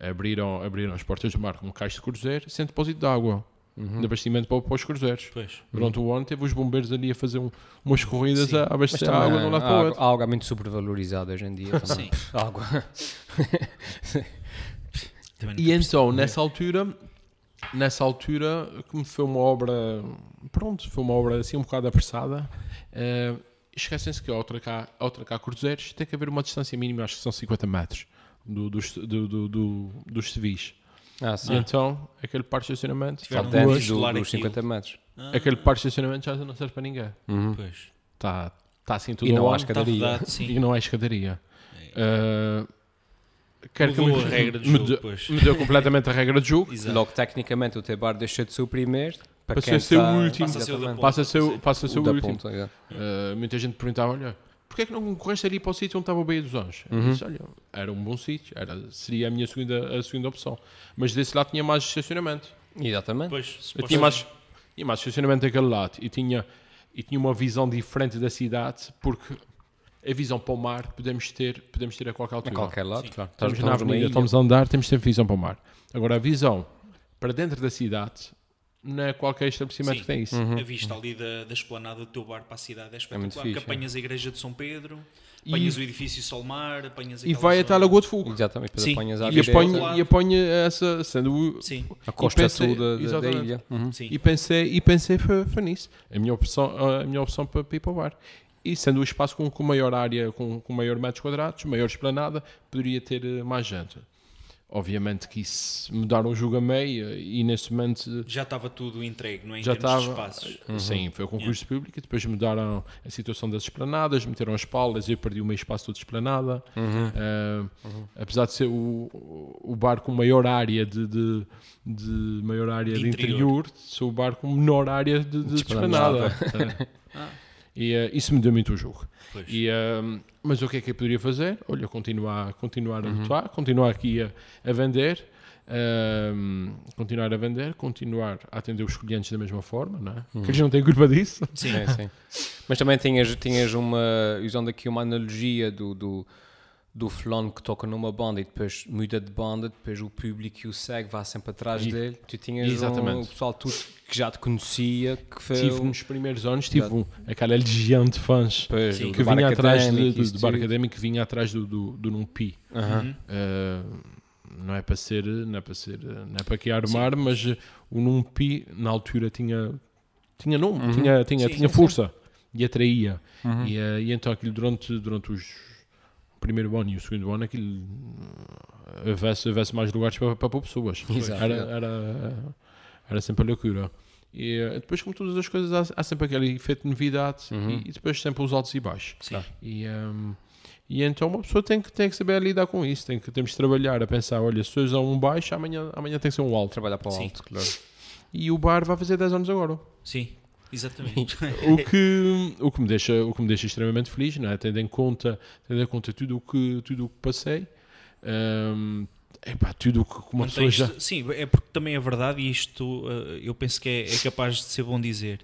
Speaker 3: Abriram, abriram as portas do mar com um caixa de cruzeiro sem depósito de água, de abastecimento para, para os cruzeiros.
Speaker 2: Pois.
Speaker 3: Durante o ano teve os bombeiros ali a fazer um- umas corridas
Speaker 2: Sim.
Speaker 3: a
Speaker 1: Mas
Speaker 3: abastecer a
Speaker 1: também
Speaker 3: água de um lado para o
Speaker 1: água,
Speaker 3: outro.
Speaker 1: água é muito supervalorizada hoje em dia.
Speaker 3: Tá
Speaker 1: Também.
Speaker 2: Sim.
Speaker 1: água.
Speaker 2: Também
Speaker 3: E então, nessa altura, nessa altura, como foi uma obra, pronto, foi uma obra assim um bocado apressada, eh, esquecem-se que ao atracar, ao atracar cruzeiros tem que haver uma distância mínima, acho que são 50 metros, do- dos, do- do- do- dos civis.
Speaker 1: Ah,
Speaker 3: E
Speaker 1: sim.
Speaker 3: então, aquele parque de estacionamento,
Speaker 1: Está
Speaker 2: Tiveram um
Speaker 1: dentro
Speaker 2: gosto de
Speaker 1: do,
Speaker 2: lar
Speaker 1: dos
Speaker 2: aquilo.
Speaker 1: 50 metros.
Speaker 3: aquele parque de estacionamento já não serve para ninguém.
Speaker 2: nunca- Pois.
Speaker 3: Está tá assim tudo
Speaker 1: Uhum. E não há
Speaker 3: ao ano.
Speaker 2: Está
Speaker 1: escadaria.
Speaker 2: vedado, sim.
Speaker 3: e não é escadaria. Uh, quero
Speaker 2: Mudou
Speaker 3: me-
Speaker 2: a regra do
Speaker 3: me Uhum.
Speaker 2: jogo,
Speaker 3: deu-
Speaker 2: pois.
Speaker 3: Mudou completamente a regra do jogo.
Speaker 2: Exato.
Speaker 1: Logo, tecnicamente, o T-Bar deixou de ser o primeiro
Speaker 4: para
Speaker 3: Passa
Speaker 4: quem
Speaker 3: a ser o
Speaker 4: está-
Speaker 3: último.
Speaker 2: Passa a ser o da
Speaker 4: Exatamente.
Speaker 2: ponta.
Speaker 3: Passa a ser, o- passa a ser o,
Speaker 1: da
Speaker 3: último.
Speaker 1: ponta, yeah.
Speaker 3: Uh, muita gente perguntava, olha, porquê é que não concorreste ali para o sítio onde estava o Baía dos Anjos? Eu disse, olha, era um bom sítio, era, seria a minha segunda, a segunda opção. Mas desse lado tinha mais estacionamento.
Speaker 1: Exatamente.
Speaker 2: Pois,
Speaker 3: Eu
Speaker 2: supostamente-
Speaker 3: tinha mais, tinha mais estacionamento daquele lado e tinha, e tinha uma visão diferente da cidade, porque a visão para o mar podemos ter, podemos ter a qualquer
Speaker 1: A
Speaker 3: altura.
Speaker 1: qualquer lado, claro.
Speaker 3: Estamos,
Speaker 1: Estamos
Speaker 3: na
Speaker 1: numa
Speaker 3: avenida,
Speaker 1: ilha.
Speaker 3: estamos a andar, temos sempre visão para o mar. Agora, a visão para dentro da cidade, não é qualquer estabelecimento
Speaker 2: Sim.
Speaker 3: que tem isso.
Speaker 2: A vista ali da, da esplanada do teu bar para a cidade é
Speaker 1: muito
Speaker 2: espetacular.
Speaker 1: fixe,
Speaker 2: que
Speaker 1: é.
Speaker 2: apanhas a igreja de São Pedro,
Speaker 3: E-
Speaker 2: apanhas o edifício Solmar, apanhas
Speaker 3: E
Speaker 2: aquela
Speaker 3: vai
Speaker 2: zona.
Speaker 3: até a Lagoa de Fogo.
Speaker 1: Exatamente, depois
Speaker 2: Sim.
Speaker 1: apanhas
Speaker 2: E
Speaker 1: à
Speaker 3: E
Speaker 1: direita,
Speaker 3: apanha, e apanha essa sendo o-
Speaker 2: Sim,
Speaker 1: a costa
Speaker 3: pensa-
Speaker 1: sul da- da, da
Speaker 3: exatamente.
Speaker 1: ilha. Uhum.
Speaker 2: sim.
Speaker 3: e pensei e pensei foi, foi nisso a minha opção a minha opção para, para ir para o bar e sendo o espaço com, com maior área com, com maior metros quadrados maior esplanada poderia ter eh, mais gente obviamente que isso mudaram o jogo a meio eh, e neste momento eh,
Speaker 2: Já estava tudo entregue, não é? Em
Speaker 3: já
Speaker 2: termos de
Speaker 3: estava
Speaker 2: espaços.
Speaker 3: sim foi o concurso público e depois mudaram a situação das esplanadas meteram as palas eu perdi o meio espaço todo de esplanada Ah, apesar de ser o, o bar com maior área de, de, de maior área de,
Speaker 2: De
Speaker 3: interior,
Speaker 2: interior.
Speaker 3: sou o bar com menor área de, de, de
Speaker 1: Tipo, esplanada.
Speaker 3: esplanada. Ah. E ah, isso mudou muito o jogo.
Speaker 2: Pois.
Speaker 3: E, ah, mas o que é que eu poderia fazer? Olha, continuar, continuar
Speaker 1: Uhum.
Speaker 3: a lutar, continuar aqui a, a vender, ah, continuar a vender, continuar a atender os clientes da mesma forma, não é?
Speaker 1: Uhum.
Speaker 3: Que eles não têm culpa disso.
Speaker 2: Sim.
Speaker 1: É, sim. Mas também tinhas, tinhas uma, usando aqui uma analogia do, do, do fulano que toca numa banda e depois muda de banda, depois o público que o segue vai sempre atrás
Speaker 3: E-
Speaker 1: dele. Tu tinhas
Speaker 3: Exatamente.
Speaker 1: um, o pessoal tudo que já te conhecia, que foi...
Speaker 3: Tive
Speaker 1: um-
Speaker 3: nos primeiros anos, tive um, aquela legião de fãs.
Speaker 1: Pois,
Speaker 2: Sim.
Speaker 1: o
Speaker 3: que
Speaker 1: Tipo, do bar
Speaker 3: vinha atrás de-
Speaker 1: académico,
Speaker 3: de-
Speaker 1: isso
Speaker 3: do bar
Speaker 1: tudo.
Speaker 3: académico que vinha atrás do, do, do Numpi.
Speaker 1: Aham.
Speaker 3: Eh, não é para ser, não é para ser, não é para que armar, mas eh, o Numpi na altura tinha tinha nome, tinha tinha,
Speaker 2: Uhum. Sim,
Speaker 3: tinha
Speaker 2: sim, Uhum.
Speaker 3: força e atraía. E, eh, e então aquilo durante durante os o primeiro ano e o segundo ano aquilo eh, houvesse, houvesse mais lugares para, para pôr pessoas.
Speaker 1: Exato,
Speaker 3: Era,
Speaker 1: exato.
Speaker 3: era era sempre a loucura. E eh, depois, como todas as coisas, há, há sempre aquele efeito de novidade
Speaker 2: Uhum.
Speaker 3: e, e depois sempre os altos e baixos.
Speaker 2: Sim.
Speaker 3: E, hum, e então uma pessoa tem que, tem que saber lidar com isso, tem que, temos de trabalhar a pensar, olha, se hoje há um baixo, amanhã, amanhã tem que ser um alto.
Speaker 1: Trabalhar para o
Speaker 2: Sim.
Speaker 1: alto, claro.
Speaker 3: E o bar vai fazer 10 anos agora.
Speaker 2: Sim, exatamente.
Speaker 3: O que, o que, me, deixa, o que me deixa extremamente feliz, não é? tendo, em conta, tendo em conta tudo o que, tudo o que passei, hum, epá, tudo o que que uma
Speaker 2: Não
Speaker 3: pessoa
Speaker 2: tens-
Speaker 3: já...
Speaker 2: Sim, é porque também é verdade, e isto eh, eu penso que é, é capaz de ser bom dizer.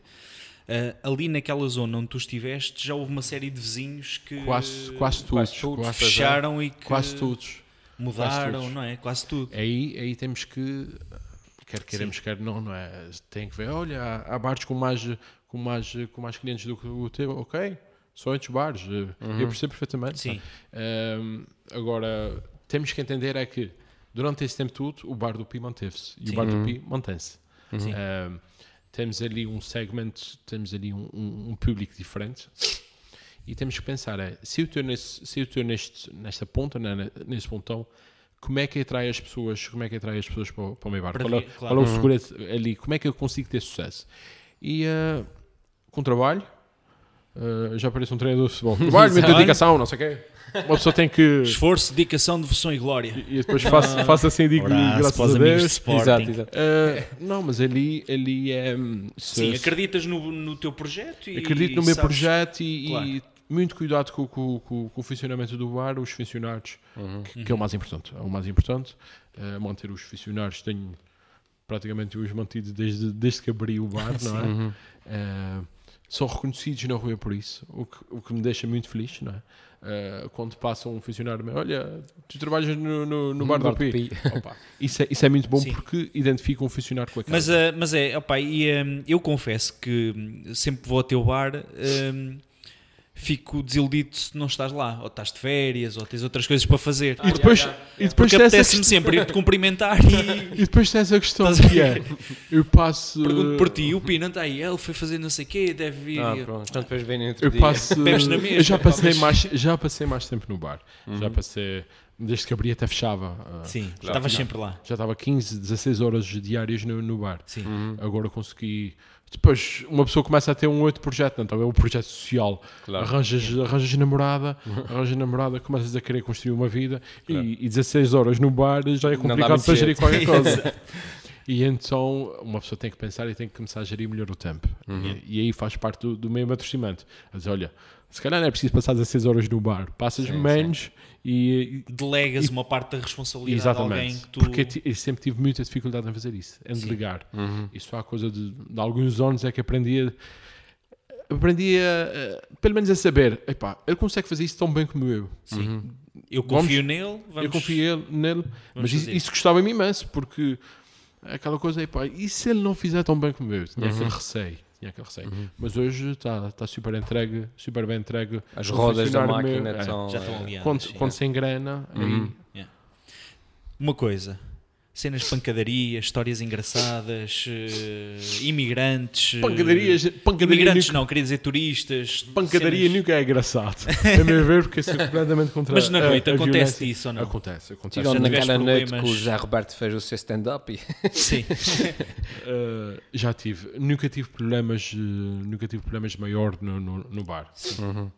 Speaker 2: Eh, ali naquela zona onde tu estiveste, já houve uma série de vizinhos que
Speaker 3: Quase, quase todos. Quase
Speaker 1: todos,
Speaker 3: quase,
Speaker 2: fecharam e que
Speaker 3: todos.
Speaker 2: mudaram,
Speaker 3: quase todos.
Speaker 2: não é? Quase tudo.
Speaker 3: Aí, aí temos que... Quer queremos, quer não, não é? Tem que ver, olha, há, há bares com mais, com, mais, com mais clientes do que o teu, ok? São outros bares. Eu percebo perfeitamente.
Speaker 2: Sim,
Speaker 3: Hum, agora, temos que entender é que durante esse tempo todo o bar do Pi manteve-se e o
Speaker 2: Sim. Uhum.
Speaker 3: bar do Pi mantém-se.
Speaker 2: Sim.
Speaker 3: Hum, temos ali um segmento, temos ali um, um- um público diferente e temos que pensar: é, se eu estou, nesse, se eu estou neste, nesta ponta, né, nesse pontão, como é que atrai as pessoas? Como é que atrai as pessoas para, o- para o meu bar?
Speaker 2: Para
Speaker 3: Qual é,
Speaker 2: ver,
Speaker 3: qual é o
Speaker 2: Uhum.
Speaker 3: segredo ali? Como é que eu consigo ter sucesso? E ah, com trabalho, ah, já parece um treinador de futebol. Trabalho, muita
Speaker 2: Trabalho.
Speaker 3: dedicação, não sei o quê. Uma pessoa tem que.
Speaker 2: esforço, dedicação, devoção e glória.
Speaker 3: E depois faço, faço assim e digo graças a Deus.
Speaker 2: Sporting.
Speaker 1: Exato, exato.
Speaker 3: Ah, não, mas ali, ali é. hum, se-
Speaker 2: Sim,
Speaker 3: se-
Speaker 2: acreditas no, no teu projeto e
Speaker 3: acredito no meu
Speaker 2: sabes-
Speaker 3: projeto e,
Speaker 2: Claro.
Speaker 3: e muito cuidado com, com- com- com o funcionamento do bar, os funcionários, que, que é o mais importante. É o mais importante. eh, manter os funcionários, tenho praticamente os mantidos desde, desde que abri o bar, não é?
Speaker 1: Uhum.
Speaker 3: Eh, são reconhecidos na rua por isso, o que, o que me deixa muito feliz, não é? Eh, quando passa um funcionário, meu, olha, tu trabalhas no, no- no bar, do Pi. Opa, isso, é, isso é muito bom
Speaker 2: Sim.
Speaker 3: porque identifica um funcionário com a cara.
Speaker 2: Mas, ah, mas é, opá, e, ah, eu confesso que hum, sempre que vou ao teu bar ah, fico desiludido se não estás lá, ou estás de férias, ou tens outras coisas para fazer.
Speaker 3: e depois, e depois
Speaker 2: ah, Porque
Speaker 3: tem essa
Speaker 2: apetece-me sempre ir-te cumprimentar e
Speaker 3: E depois tem essa questão
Speaker 2: Estás a
Speaker 3: que é,
Speaker 2: ver?
Speaker 3: eu passo,
Speaker 2: pergunto por ti. O Pina está aí, "É, ele foi fazer não sei o quê, deve vir.
Speaker 1: Ah, pronto. Então depois vem outro
Speaker 3: eu
Speaker 1: dia.
Speaker 3: passo,
Speaker 2: Bebes na
Speaker 3: eu
Speaker 2: mesma,
Speaker 3: já passei
Speaker 2: talvez. Uhum.
Speaker 3: mais, já passei mais tempo no bar, já passei, desde que abri até fechava, ah,
Speaker 2: Sim, estavas sempre lá.
Speaker 3: já estava 15, 16 horas diárias no, no bar, Uhum.
Speaker 2: Sim.
Speaker 1: Uhum.
Speaker 3: agora consegui, depois uma pessoa começa a ter um outro projeto, não, então é um projeto social,
Speaker 1: Claro. Uhum.
Speaker 3: arranjas, arranjas namorada, arranjas namorada, começas a querer construir uma vida e, e 16 horas no bar já é
Speaker 1: dá
Speaker 3: complicado
Speaker 1: muito
Speaker 3: para gerir
Speaker 1: jeito.
Speaker 3: qualquer coisa. E então uma pessoa tem que pensar e tem que começar a gerir melhor o tempo.
Speaker 1: Uhum.
Speaker 3: E, e aí faz parte do, do meio amadurecimento. Mas olha, se calhar não é preciso passar 16 horas no bar, passas menos e. e-
Speaker 2: Delegas uma parte da responsabilidade a alguém
Speaker 3: Exatamente,
Speaker 2: que tu.
Speaker 3: porque eu ti- eu sempre tive muita dificuldade em fazer isso, em delegar.
Speaker 1: Uhum.
Speaker 3: Isso há coisa de, de alguns anos é que aprendi a, aprendi a- a- pelo menos a saber, epá, ele consegue fazer isso tão bem como eu.
Speaker 2: Sim.
Speaker 1: Uhum.
Speaker 2: Eu confio nele, vamos.
Speaker 3: Eu confiei nele, mas isso,
Speaker 2: fazer.
Speaker 3: isso custava-me imenso, porque aquela coisa aí, pá, e se ele não fizer tão bem como eu?
Speaker 1: Uhum.
Speaker 3: Tinha aquele receio, tinha aquele receio. Mas hoje está tá super entregue, super bem entregue.
Speaker 1: As
Speaker 3: a
Speaker 1: rodas da
Speaker 3: funcionar
Speaker 1: máquina Uhum.
Speaker 3: meu- é,
Speaker 1: estão.
Speaker 2: Já estão aliados.
Speaker 3: Quando,
Speaker 2: sim.
Speaker 3: quando se engrena, aí-
Speaker 2: Uma coisa. Cenas de pancadaria, histórias engraçadas, eh, imigrantes. eh,
Speaker 3: pancadarias, pancadaria,
Speaker 2: Imigrantes
Speaker 3: nunca,
Speaker 2: não, queria dizer turistas.
Speaker 3: pancadaria
Speaker 2: cenas-
Speaker 3: nunca é engraçado. A meu ver, porque é completamente contra
Speaker 2: Mas na
Speaker 3: a-
Speaker 2: noite
Speaker 3: a
Speaker 2: acontece
Speaker 3: violência.
Speaker 2: isso ou não?
Speaker 3: Acontece, acontece.
Speaker 1: Tiram
Speaker 2: Já tiveste
Speaker 1: naquela noite que o
Speaker 2: problemas?
Speaker 1: José Roberto fez o seu stand-up e
Speaker 2: Sim.
Speaker 3: Uh, já tive, nunca tive problemas, uh, nunca tive problemas maior no, no, no bar. Uh,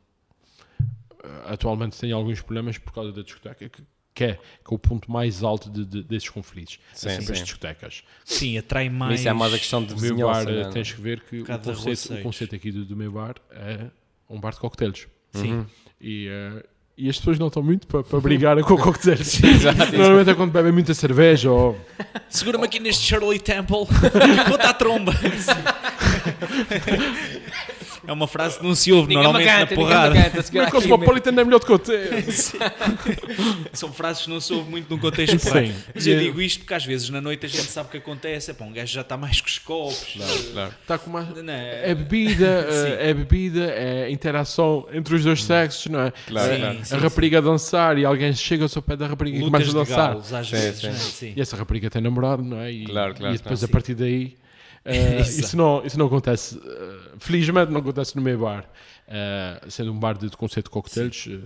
Speaker 3: atualmente tenho alguns problemas por causa da discoteca, que, que é, que é o ponto mais alto de- de- desses conflitos.
Speaker 1: Sim,
Speaker 3: é sempre as
Speaker 1: sim.
Speaker 3: discotecas.
Speaker 2: Sim, atrai mais.
Speaker 1: Mas isso é mais a questão de
Speaker 3: O meu bar,
Speaker 1: vizinhança.
Speaker 3: uh,
Speaker 1: não é?
Speaker 3: tens que ver que o
Speaker 2: bocado de
Speaker 3: conceito,
Speaker 2: arruaceiros.
Speaker 3: o conceito aqui do, do meu bar é um bar de coquetéis.
Speaker 2: Sim.
Speaker 3: E, uh, e as pessoas não estão muito para brigar com coquetéis. Normalmente é quando bebem muita cerveja ou
Speaker 2: Segura-me aqui neste Shirley Temple que eu vou dar tromba. é uma frase que não se ouve
Speaker 1: Ninguém me
Speaker 2: normalmente
Speaker 1: canta,
Speaker 2: na
Speaker 1: ninguém
Speaker 2: porrada.
Speaker 1: me canta. se calhar aqui mesmo.
Speaker 3: Cosmopolitan é melhor de coquetéis.
Speaker 2: São frases que não se ouve muito num contexto de porrada.
Speaker 3: Sim.
Speaker 2: Mas eu
Speaker 3: E-
Speaker 2: digo isto porque às vezes na noite a gente sabe o que acontece. É pá, um gajo já está mais com os copos.
Speaker 3: Tá com mais...
Speaker 2: Não é?
Speaker 3: É bebida, eh, é bebida, é a interação entre os dois sexos, não é?
Speaker 1: Claro,
Speaker 3: Eh,
Speaker 1: claro.
Speaker 2: Hum. Sim,
Speaker 3: a
Speaker 2: sim,
Speaker 3: rapariga a dançar e alguém chega ao seu pé da rapariga e
Speaker 2: Lutas
Speaker 3: começa
Speaker 2: de
Speaker 3: a dançar.
Speaker 2: galos às
Speaker 1: Sim,
Speaker 2: vezes.
Speaker 1: sim.
Speaker 2: não é? Sim.
Speaker 3: E essa rapariga tem namorado, não é? E,
Speaker 1: Claro, claro,
Speaker 3: e depois
Speaker 1: claro.
Speaker 3: a partir daí. eh, isso, não, isso não acontece, eh, felizmente não acontece no meu bar, Eh, sendo um bar de de conceito de coquetéis, eh,
Speaker 2: Sim,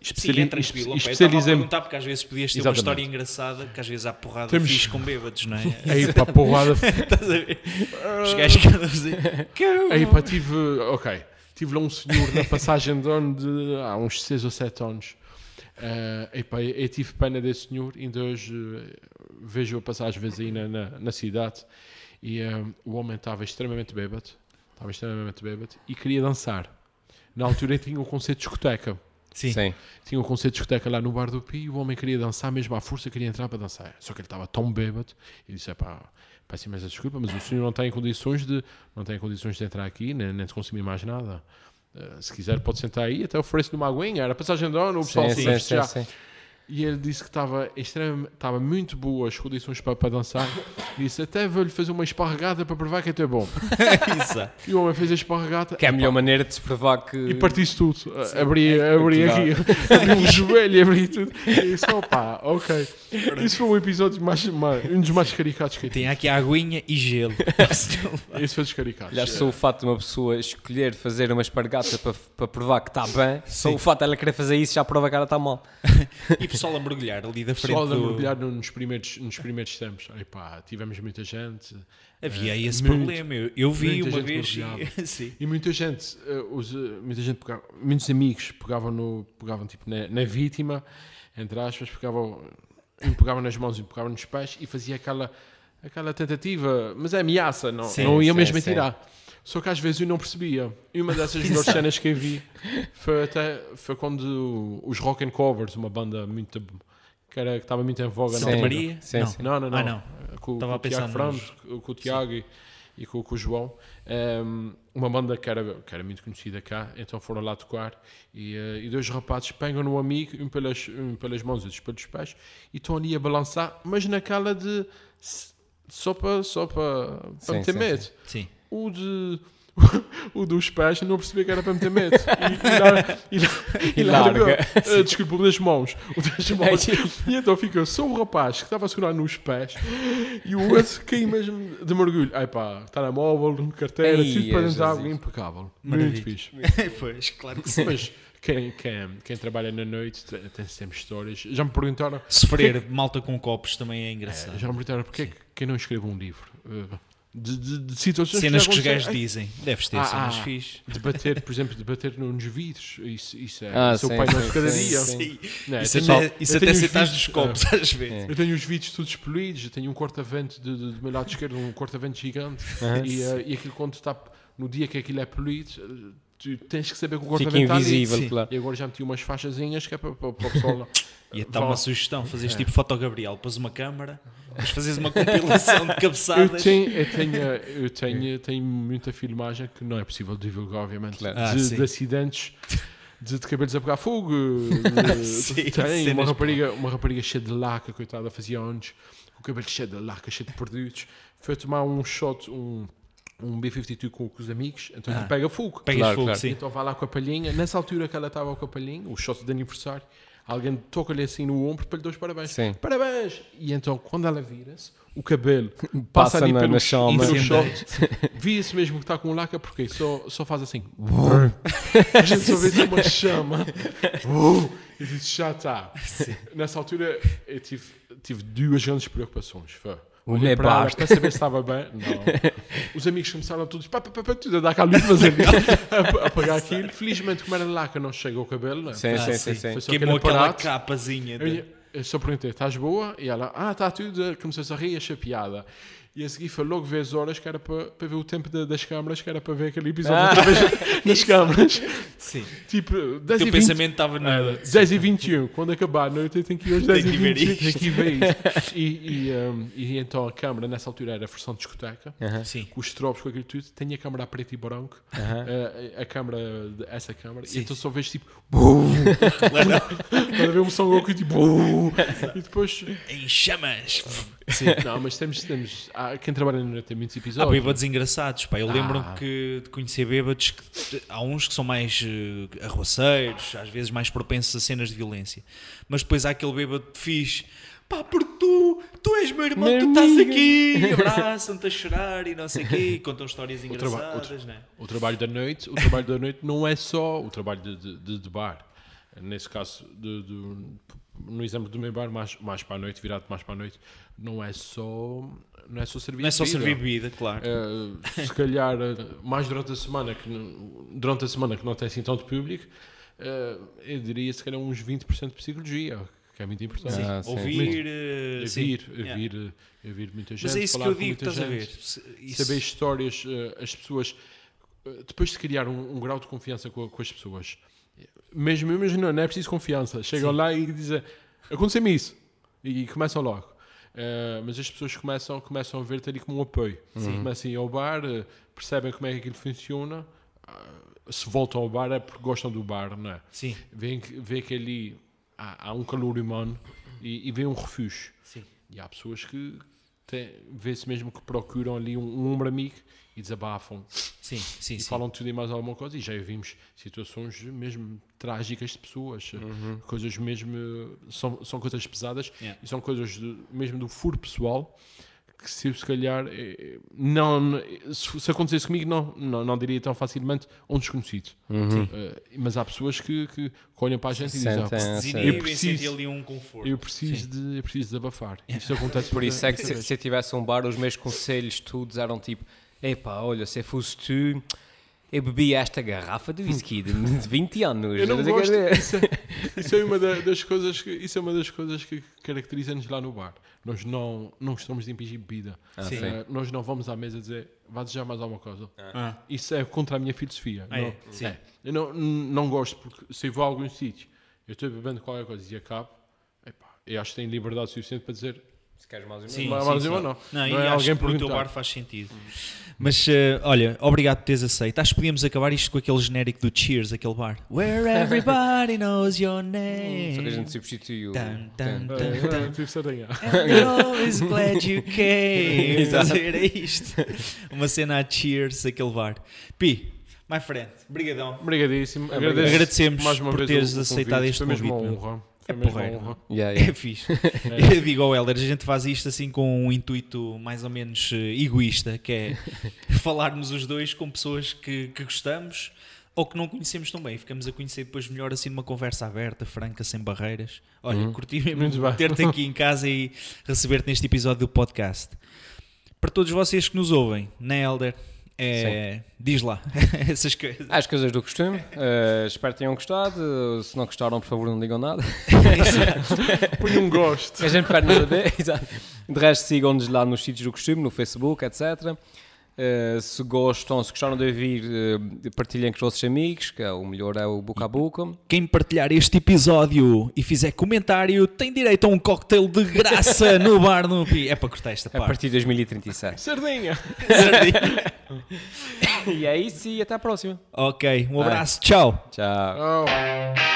Speaker 3: especiali-
Speaker 2: é tranquilo. pá.
Speaker 3: espe-
Speaker 2: Eu estava a
Speaker 3: especializei-me
Speaker 2: perguntar porque às vezes podias ter uma
Speaker 3: Exatamente.
Speaker 2: história engraçada que às vezes há porrada
Speaker 3: Temos-
Speaker 2: fixe com bêbados, não é?
Speaker 3: aí para a porrada
Speaker 2: Estás a ver? Os gajos que é andam a dizer...
Speaker 3: Aí pá, tive. Ok. Tive lá um senhor na passagem de ano de há uns 6 ou 7 anos. Eh, e pá, eu tive pena desse senhor, ainda hoje eh, vejo-o passar às vezes aí na, na, na cidade. E eh, o homem estava extremamente bêbado, estava extremamente bêbado e queria dançar. Na altura tinha um conceito de discoteca.
Speaker 2: Sim.
Speaker 1: Sim.
Speaker 3: Tinha um conceito de discoteca lá no bar do Pi e o homem queria dançar, mesmo à força queria entrar para dançar. Só que ele estava tão bêbado e disse: pá, peço imensa desculpa, mas o senhor não tem condições de, não tem condições de entrar aqui, nem, nem de consumir mais nada. Eh, se quiser, pode sentar aí, até ofereço-lhe uma aguinha. Era passagem de ano, o pessoal
Speaker 1: Sim,
Speaker 3: se
Speaker 1: sim,
Speaker 3: ia
Speaker 1: sim,
Speaker 3: festejar.
Speaker 1: sim.
Speaker 3: E ele disse que estava extremamente, estava muito boas as condições para, para dançar. E disse: até vou-lhe fazer uma esparregada para provar que até é bom.
Speaker 2: Exato.
Speaker 3: E o homem fez a esparregada.
Speaker 1: Que é a
Speaker 3: Epá,
Speaker 1: melhor maneira de se provar que.
Speaker 2: Eh,
Speaker 3: e partiste tudo. Eh, Abri,
Speaker 2: é
Speaker 3: abri
Speaker 1: Claro.
Speaker 3: aqui, abri o joelho, abri tudo. E disse, opá, ok. Isso foi um episódio mais, mais- um dos mais caricatos que eu tive.
Speaker 2: Tem aqui a aguinha e gelo.
Speaker 3: Esse foi dos caricatos.
Speaker 1: Já só o fato de uma pessoa escolher fazer uma espargata para, para provar que está bem, só
Speaker 2: Sim.
Speaker 1: o fato dela querer fazer isso já prova que ela está mal.
Speaker 2: e pessoal a mergulhar ali da frente
Speaker 3: Pessoal da
Speaker 2: do...
Speaker 3: mergulhar no- nos primeiros, nos primeiros tempos. Epá, tivemos muita gente.
Speaker 2: Havia aí esse
Speaker 3: Muito.
Speaker 2: problema. Eu, eu vi
Speaker 3: Muita
Speaker 2: uma
Speaker 3: gente
Speaker 2: vez e...
Speaker 3: mergulhava.
Speaker 2: Sim.
Speaker 3: E muita gente, eh, os, eh, muita gente pegava, muitos amigos pegavam, no, pegavam tipo, na, na vítima, entre aspas, pegavam, um pegava nas mãos e um pegavam nos pés e fazia aquela, aquela tentativa, mas é ameaça, não,
Speaker 2: Sim,
Speaker 3: não ia
Speaker 1: sim,
Speaker 3: mesmo
Speaker 1: sim.
Speaker 3: atirar. Só que às vezes eu não percebia. E uma dessas melhores cenas que eu vi foi, até, foi quando os Rock and Covers, uma banda muito que era- que estava muito em voga na
Speaker 1: Sim.
Speaker 3: altura.
Speaker 2: Maria?
Speaker 1: Sim,
Speaker 2: não.
Speaker 1: sim.
Speaker 3: Não, não, não.
Speaker 2: Ah, não.
Speaker 3: Com,
Speaker 2: Estava
Speaker 3: com
Speaker 2: a
Speaker 3: o Tiago
Speaker 2: pensar nos-
Speaker 3: Franco, com o Tiago e, e com, com o João. Ehm, uma banda que era, que era muito conhecida cá, então foram lá tocar. E, eh, e dois rapazes pegam no amigo, um pelas, um pelas mãos, outros pelos pés, e estão ali a balançar, mas naquela de. s- Só para só para- para
Speaker 1: Sim,
Speaker 3: meter
Speaker 1: sim,
Speaker 3: medo.
Speaker 2: Sim.
Speaker 3: O de. O dos pés não percebia que era para meter medo. E, e, lar- e, lar-
Speaker 1: E larga.
Speaker 3: largou. Ah, desculpa, o das mãos. O das mãos.
Speaker 2: É
Speaker 3: E então ficou só o rapaz que estava a segurar nos pés e o outro caiu mesmo de mergulho. Ai pá, telemóvel, carteira,
Speaker 1: Ei,
Speaker 3: tudo para
Speaker 1: é,
Speaker 3: dentro da água.
Speaker 1: Jesus.
Speaker 3: Impecável.
Speaker 2: Maravilha.
Speaker 3: Muito fixe.
Speaker 2: pois, claro que sim.
Speaker 3: Mas quem, quem, quem trabalha na noite tem- tem sempre histórias. Já me perguntaram. eh,
Speaker 2: Sofrer malta com copos também é engraçado.
Speaker 3: Já me perguntaram porque é que eu não escrevo um livro. Eh, de, de, de situações
Speaker 2: Cenas
Speaker 3: já
Speaker 2: que os
Speaker 3: aconteceram.
Speaker 2: gajos dizem. Deves ter
Speaker 3: Ah,
Speaker 2: cenas
Speaker 3: ah.
Speaker 2: fixe.
Speaker 3: Debater, por exemplo, debater nos vidros, isso, isso é
Speaker 4: Ah,
Speaker 3: seu
Speaker 4: sim,
Speaker 3: pai
Speaker 4: sim,
Speaker 3: de cada
Speaker 4: sim,
Speaker 3: dia.
Speaker 4: sim. é
Speaker 3: Não, eu
Speaker 2: Isso
Speaker 3: tenho-
Speaker 2: até, isso
Speaker 3: eu
Speaker 2: até
Speaker 3: tenho os
Speaker 2: sentar
Speaker 3: vídeos-
Speaker 2: nos copos, às
Speaker 1: É.
Speaker 2: vezes.
Speaker 3: Eu tenho os vídeos todos polidos, eu tenho um corta-vento de, de, do meu lado esquerdo, um corta-vento gigante, e, eh, e aquilo quando está no dia que aquilo é polido, eh, tu tens que saber que o
Speaker 4: Fica
Speaker 3: corta-vento está ali.
Speaker 4: invisível,
Speaker 2: sim.
Speaker 4: claro.
Speaker 3: E agora já meti umas faixazinhas que é para, para, para o pessoal. não-
Speaker 2: E
Speaker 4: é
Speaker 2: está uma
Speaker 3: Vá. É.
Speaker 2: sugestão: fazes tipo foto Gabriel, pôs uma câmara, mas fazes uma compilação de
Speaker 3: eu
Speaker 2: cabeçadas.
Speaker 3: tenho, eu tenho, eu tenho, tenho muita filmagem que não é possível divulgar, obviamente,
Speaker 1: Claro.
Speaker 2: Ah,
Speaker 3: de,
Speaker 2: sim.
Speaker 3: de acidentes. De, de cabelos a pegar fogo. de-
Speaker 2: Sim,
Speaker 3: tem uma
Speaker 2: cenas
Speaker 3: rapariga, uma rapariga cheia de laca, coitada, fazia anos, com o cabelo cheio de laca, cheio de produtos. Foi tomar um shot, um, um B-52 com, com os amigos, então
Speaker 2: Ah.
Speaker 3: ele pega fogo.
Speaker 2: Pegas
Speaker 1: Claro,
Speaker 2: fogo,
Speaker 1: claro.
Speaker 2: sim.
Speaker 3: Então vai lá com a palhinha. Nessa altura que ela estava com a palhinha, o shot de aniversário, alguém toca-lhe assim no ombro para lhe dar os parabéns.
Speaker 1: Sim.
Speaker 3: Parabéns! E então, quando ela vira-se, o cabelo passa,
Speaker 1: Passa
Speaker 3: ali
Speaker 1: na-
Speaker 3: pelo,
Speaker 1: na chama.
Speaker 3: pelo
Speaker 2: Incendeia.
Speaker 3: shot. Via-se mesmo que está com laca, porque só, só faz assim. a gente só vê é uma chama. Uh, e diz, já está. Nessa altura, eu tive, tive duas grandes preocupações. Foi.
Speaker 1: Uma
Speaker 3: olhei
Speaker 1: é
Speaker 3: para ela
Speaker 1: basta.
Speaker 3: para saber se estava bem. Não. Os amigos começaram todos pá, pá, pá, pá, tudo a dar aquela luz, mas ali, a, a apagar aquilo. Felizmente, como era de laca, não chega ao cabelo. Né?
Speaker 1: Sim,
Speaker 2: Ah,
Speaker 1: sim, sim,
Speaker 2: sim.
Speaker 1: sim.
Speaker 3: Foi só
Speaker 2: Queimou
Speaker 3: aquele
Speaker 2: aquela
Speaker 3: aparato.
Speaker 2: capazinha.
Speaker 3: Eu,
Speaker 2: de-
Speaker 3: ia- eu só perguntei, estás boa? E ela, ah, está tudo, começou a rir, achei piada. E a seguir foi logo ver as horas, que era para, para ver o tempo da- das câmaras, que era para ver aquele episódio outra vez nas câmaras.
Speaker 2: Sim.
Speaker 3: Tipo, 10
Speaker 2: Ah. Teu
Speaker 3: e 20,
Speaker 2: pensamento estava na.
Speaker 3: 10 e 21, quando acabar a noite eu tenho que ir aos 10
Speaker 2: Tem
Speaker 3: e
Speaker 2: que ver
Speaker 3: 21,
Speaker 2: isto.
Speaker 3: tenho que ir ver isto. E, e, um, e então a câmara, nessa altura era a versão de discoteca,
Speaker 2: Sim.
Speaker 3: com os tropos, com aquilo tudo, tenho a câmara a preto e branco, eh, a, a câmara, de- essa câmara, e então só vejo tipo, quando ver um som louco e tipo, e depois...
Speaker 2: Em chamas.
Speaker 3: Não, mas temos. temos há, quem trabalha na noite tem muitos
Speaker 2: Há
Speaker 3: episódios.
Speaker 2: Ah, bêbados engraçados, pá. Eu lembro-me
Speaker 3: Ah.
Speaker 2: que de conhecer bêbados, que, há uns que são mais eh, arroceiros, às vezes mais propensos a cenas de violência. Mas depois há aquele bêbado fixe, pá, porque tu, tu és meu irmão,
Speaker 4: Meu
Speaker 2: tu estás
Speaker 4: amigo.
Speaker 2: aqui, e abraçam-te a chorar e não sei o quê, contam histórias
Speaker 3: Outro ba-
Speaker 2: engraçadas, não é?
Speaker 3: O trabalho da noite, o trabalho da noite não é só o trabalho de, de- de- de bar. Nesse caso, de- de- no exemplo do meu bar, mais, mais para a noite, virado mais para a noite, não é só não é só servir
Speaker 2: Não é só
Speaker 3: bebida.
Speaker 2: servir bebida, claro.
Speaker 3: Eh, se calhar eh, mais durante a semana que não- durante a semana que não tem assim tanto público, eh, eu diria se calhar uns 20% de psicologia, que é muito importante.
Speaker 2: Sim.
Speaker 1: Ah, sim.
Speaker 2: Ouvir, eh,
Speaker 3: Eu
Speaker 2: sim.
Speaker 3: vir, eu
Speaker 2: Yeah.
Speaker 3: vir, eh, eu vir muita gente.
Speaker 2: Mas é isso que
Speaker 3: falar
Speaker 2: eu
Speaker 3: com
Speaker 2: digo,
Speaker 3: muita
Speaker 2: estás a ver?
Speaker 3: gente,
Speaker 2: Se- isso-
Speaker 3: Saber histórias, eh, as pessoas. eh, Depois de criar um, um grau de confiança com, com as pessoas, mesmo, mesmo não, não é preciso confiança. Chegam lá e dizem: Aconteceu-me isso. E, e começam logo. Eh, mas as pessoas começam, começam a ver-te ali como um apoio. Começam a ir ao bar, eh, percebem como é que aquilo funciona. ah, se voltam ao bar é porque gostam do bar, não é?
Speaker 2: Sim,
Speaker 3: Vê que, vê que ali há, há um calor humano e, e vê um refúgio.
Speaker 2: sim.
Speaker 3: E há pessoas que têm- vê-se mesmo que procuram ali um, um ombro amigo e desabafam
Speaker 2: Sim, sim,
Speaker 3: e
Speaker 2: sim.
Speaker 3: falam tudo e mais alguma coisa. E já vimos situações mesmo trágicas de pessoas,
Speaker 1: Uhum.
Speaker 3: coisas mesmo. eh, São, são coisas pesadas
Speaker 2: Yeah.
Speaker 3: e são coisas do- mesmo do furo pessoal. Que se eu, se calhar, eh, não, se, se acontecesse comigo, não, não, não diria tão facilmente a um desconhecido.
Speaker 1: Uhum.
Speaker 3: Eh, mas há pessoas que, que olham para a gente e dizem: "Ah,
Speaker 1: Sentem-
Speaker 3: Eu
Speaker 2: Desinibem,
Speaker 3: preciso-
Speaker 2: senti ali um conforto.
Speaker 3: eu preciso, de, eu preciso desabafar. Isso acontece
Speaker 1: Por isso
Speaker 3: muita-
Speaker 1: é que
Speaker 3: muita
Speaker 1: se,
Speaker 3: vez.
Speaker 1: se eu tivesse um bar, os meus conselhos todos eram tipo: epá, olha, se eu fosse tu, eu bebia esta garrafa de whisky de 20 anos.
Speaker 3: Eu não
Speaker 1: sei o
Speaker 3: gosto.
Speaker 1: que é.
Speaker 3: Isso é, isso é uma da- das coisas que isso é uma das coisas que caracteriza-nos lá no bar. Nós não não gostamos de impingir bebida.
Speaker 1: Ah, sim. Ah.
Speaker 3: Eh, nós não vamos à mesa dizer vá desejar mais alguma coisa. Isso é contra a minha filosofia.
Speaker 2: Ah, é?
Speaker 3: Não-
Speaker 2: Sim.
Speaker 3: é. Eu não, não gosto porque se eu vou a algum sítio, eu estou bebendo qualquer coisa e acabo. epá, eu acho que tenho liberdade suficiente para dizer
Speaker 1: Se queres mais um
Speaker 2: Sim,
Speaker 3: Mas-
Speaker 2: sim,
Speaker 3: mas
Speaker 2: sim.
Speaker 3: eu não.
Speaker 2: Não,
Speaker 3: Não
Speaker 2: e
Speaker 3: é
Speaker 2: acho
Speaker 3: alguém
Speaker 2: que no teu
Speaker 3: perguntar.
Speaker 2: bar faz sentido. Mas eh, olha, obrigado por teres aceito. Acho que podíamos acabar isto com aquele genérico do Cheers, aquele bar. Where everybody knows your name.
Speaker 1: Só que a gente É, substituiu.
Speaker 2: Tan, tan,
Speaker 3: "Ah,
Speaker 2: tan, tan.
Speaker 1: tipo
Speaker 3: tive saranha."
Speaker 2: And we're always glad you came. Era isto. Uma cena a Cheers, aquele bar. Pi, my friend, brigadão.
Speaker 3: Obrigadíssimo.
Speaker 1: Obrigado.
Speaker 3: Agradeço
Speaker 2: Agradecemos
Speaker 3: mais uma
Speaker 2: por
Speaker 3: vez
Speaker 2: teres
Speaker 3: o- o
Speaker 2: aceitado
Speaker 3: convite.
Speaker 2: este
Speaker 3: Foi mesmo uma
Speaker 2: convite, meu.
Speaker 3: honra. Foi
Speaker 2: É
Speaker 3: mesmo uma
Speaker 2: porreiro.
Speaker 3: honra.
Speaker 1: Yeah, yeah.
Speaker 2: É fixe. Eu digo ao Heller, a gente faz isto assim com um intuito mais ou menos eh, egoísta, que é falarmos os dois com pessoas que, que gostamos ou que não conhecemos tão bem. Ficamos a conhecer depois melhor assim numa conversa aberta, franca, sem barreiras. Olha, curti
Speaker 3: Muito
Speaker 2: mesmo
Speaker 3: bem.
Speaker 2: ter-te aqui em casa e receber-te neste episódio do podcast. para todos vocês que nos ouvem, né, Helder? É, diz lá essas coisas.
Speaker 1: As coisas do costume. Eh, espero que tenham gostado. Se não gostaram, por favor, não digam nada.
Speaker 3: Põe um gosto.
Speaker 1: A gente perde nos a ver. Exato. De resto, sigam-nos lá nos sítios do costume, no Facebook, etc. Eh, se gostam, se gostaram de ouvir, eh, partilhem com os vossos amigos, que é o melhor é o boca a boca.
Speaker 2: Quem partilhar este episódio e fizer comentário tem direito a um cocktail de graça no bar no Pi. É para cortar esta
Speaker 1: A
Speaker 2: parte.
Speaker 1: partir de 2037.
Speaker 3: Sardinha.
Speaker 1: e é isso e até à próxima.
Speaker 2: Ok, um abraço, tchau.
Speaker 1: Tchau.
Speaker 3: Oh.
Speaker 1: Tchau.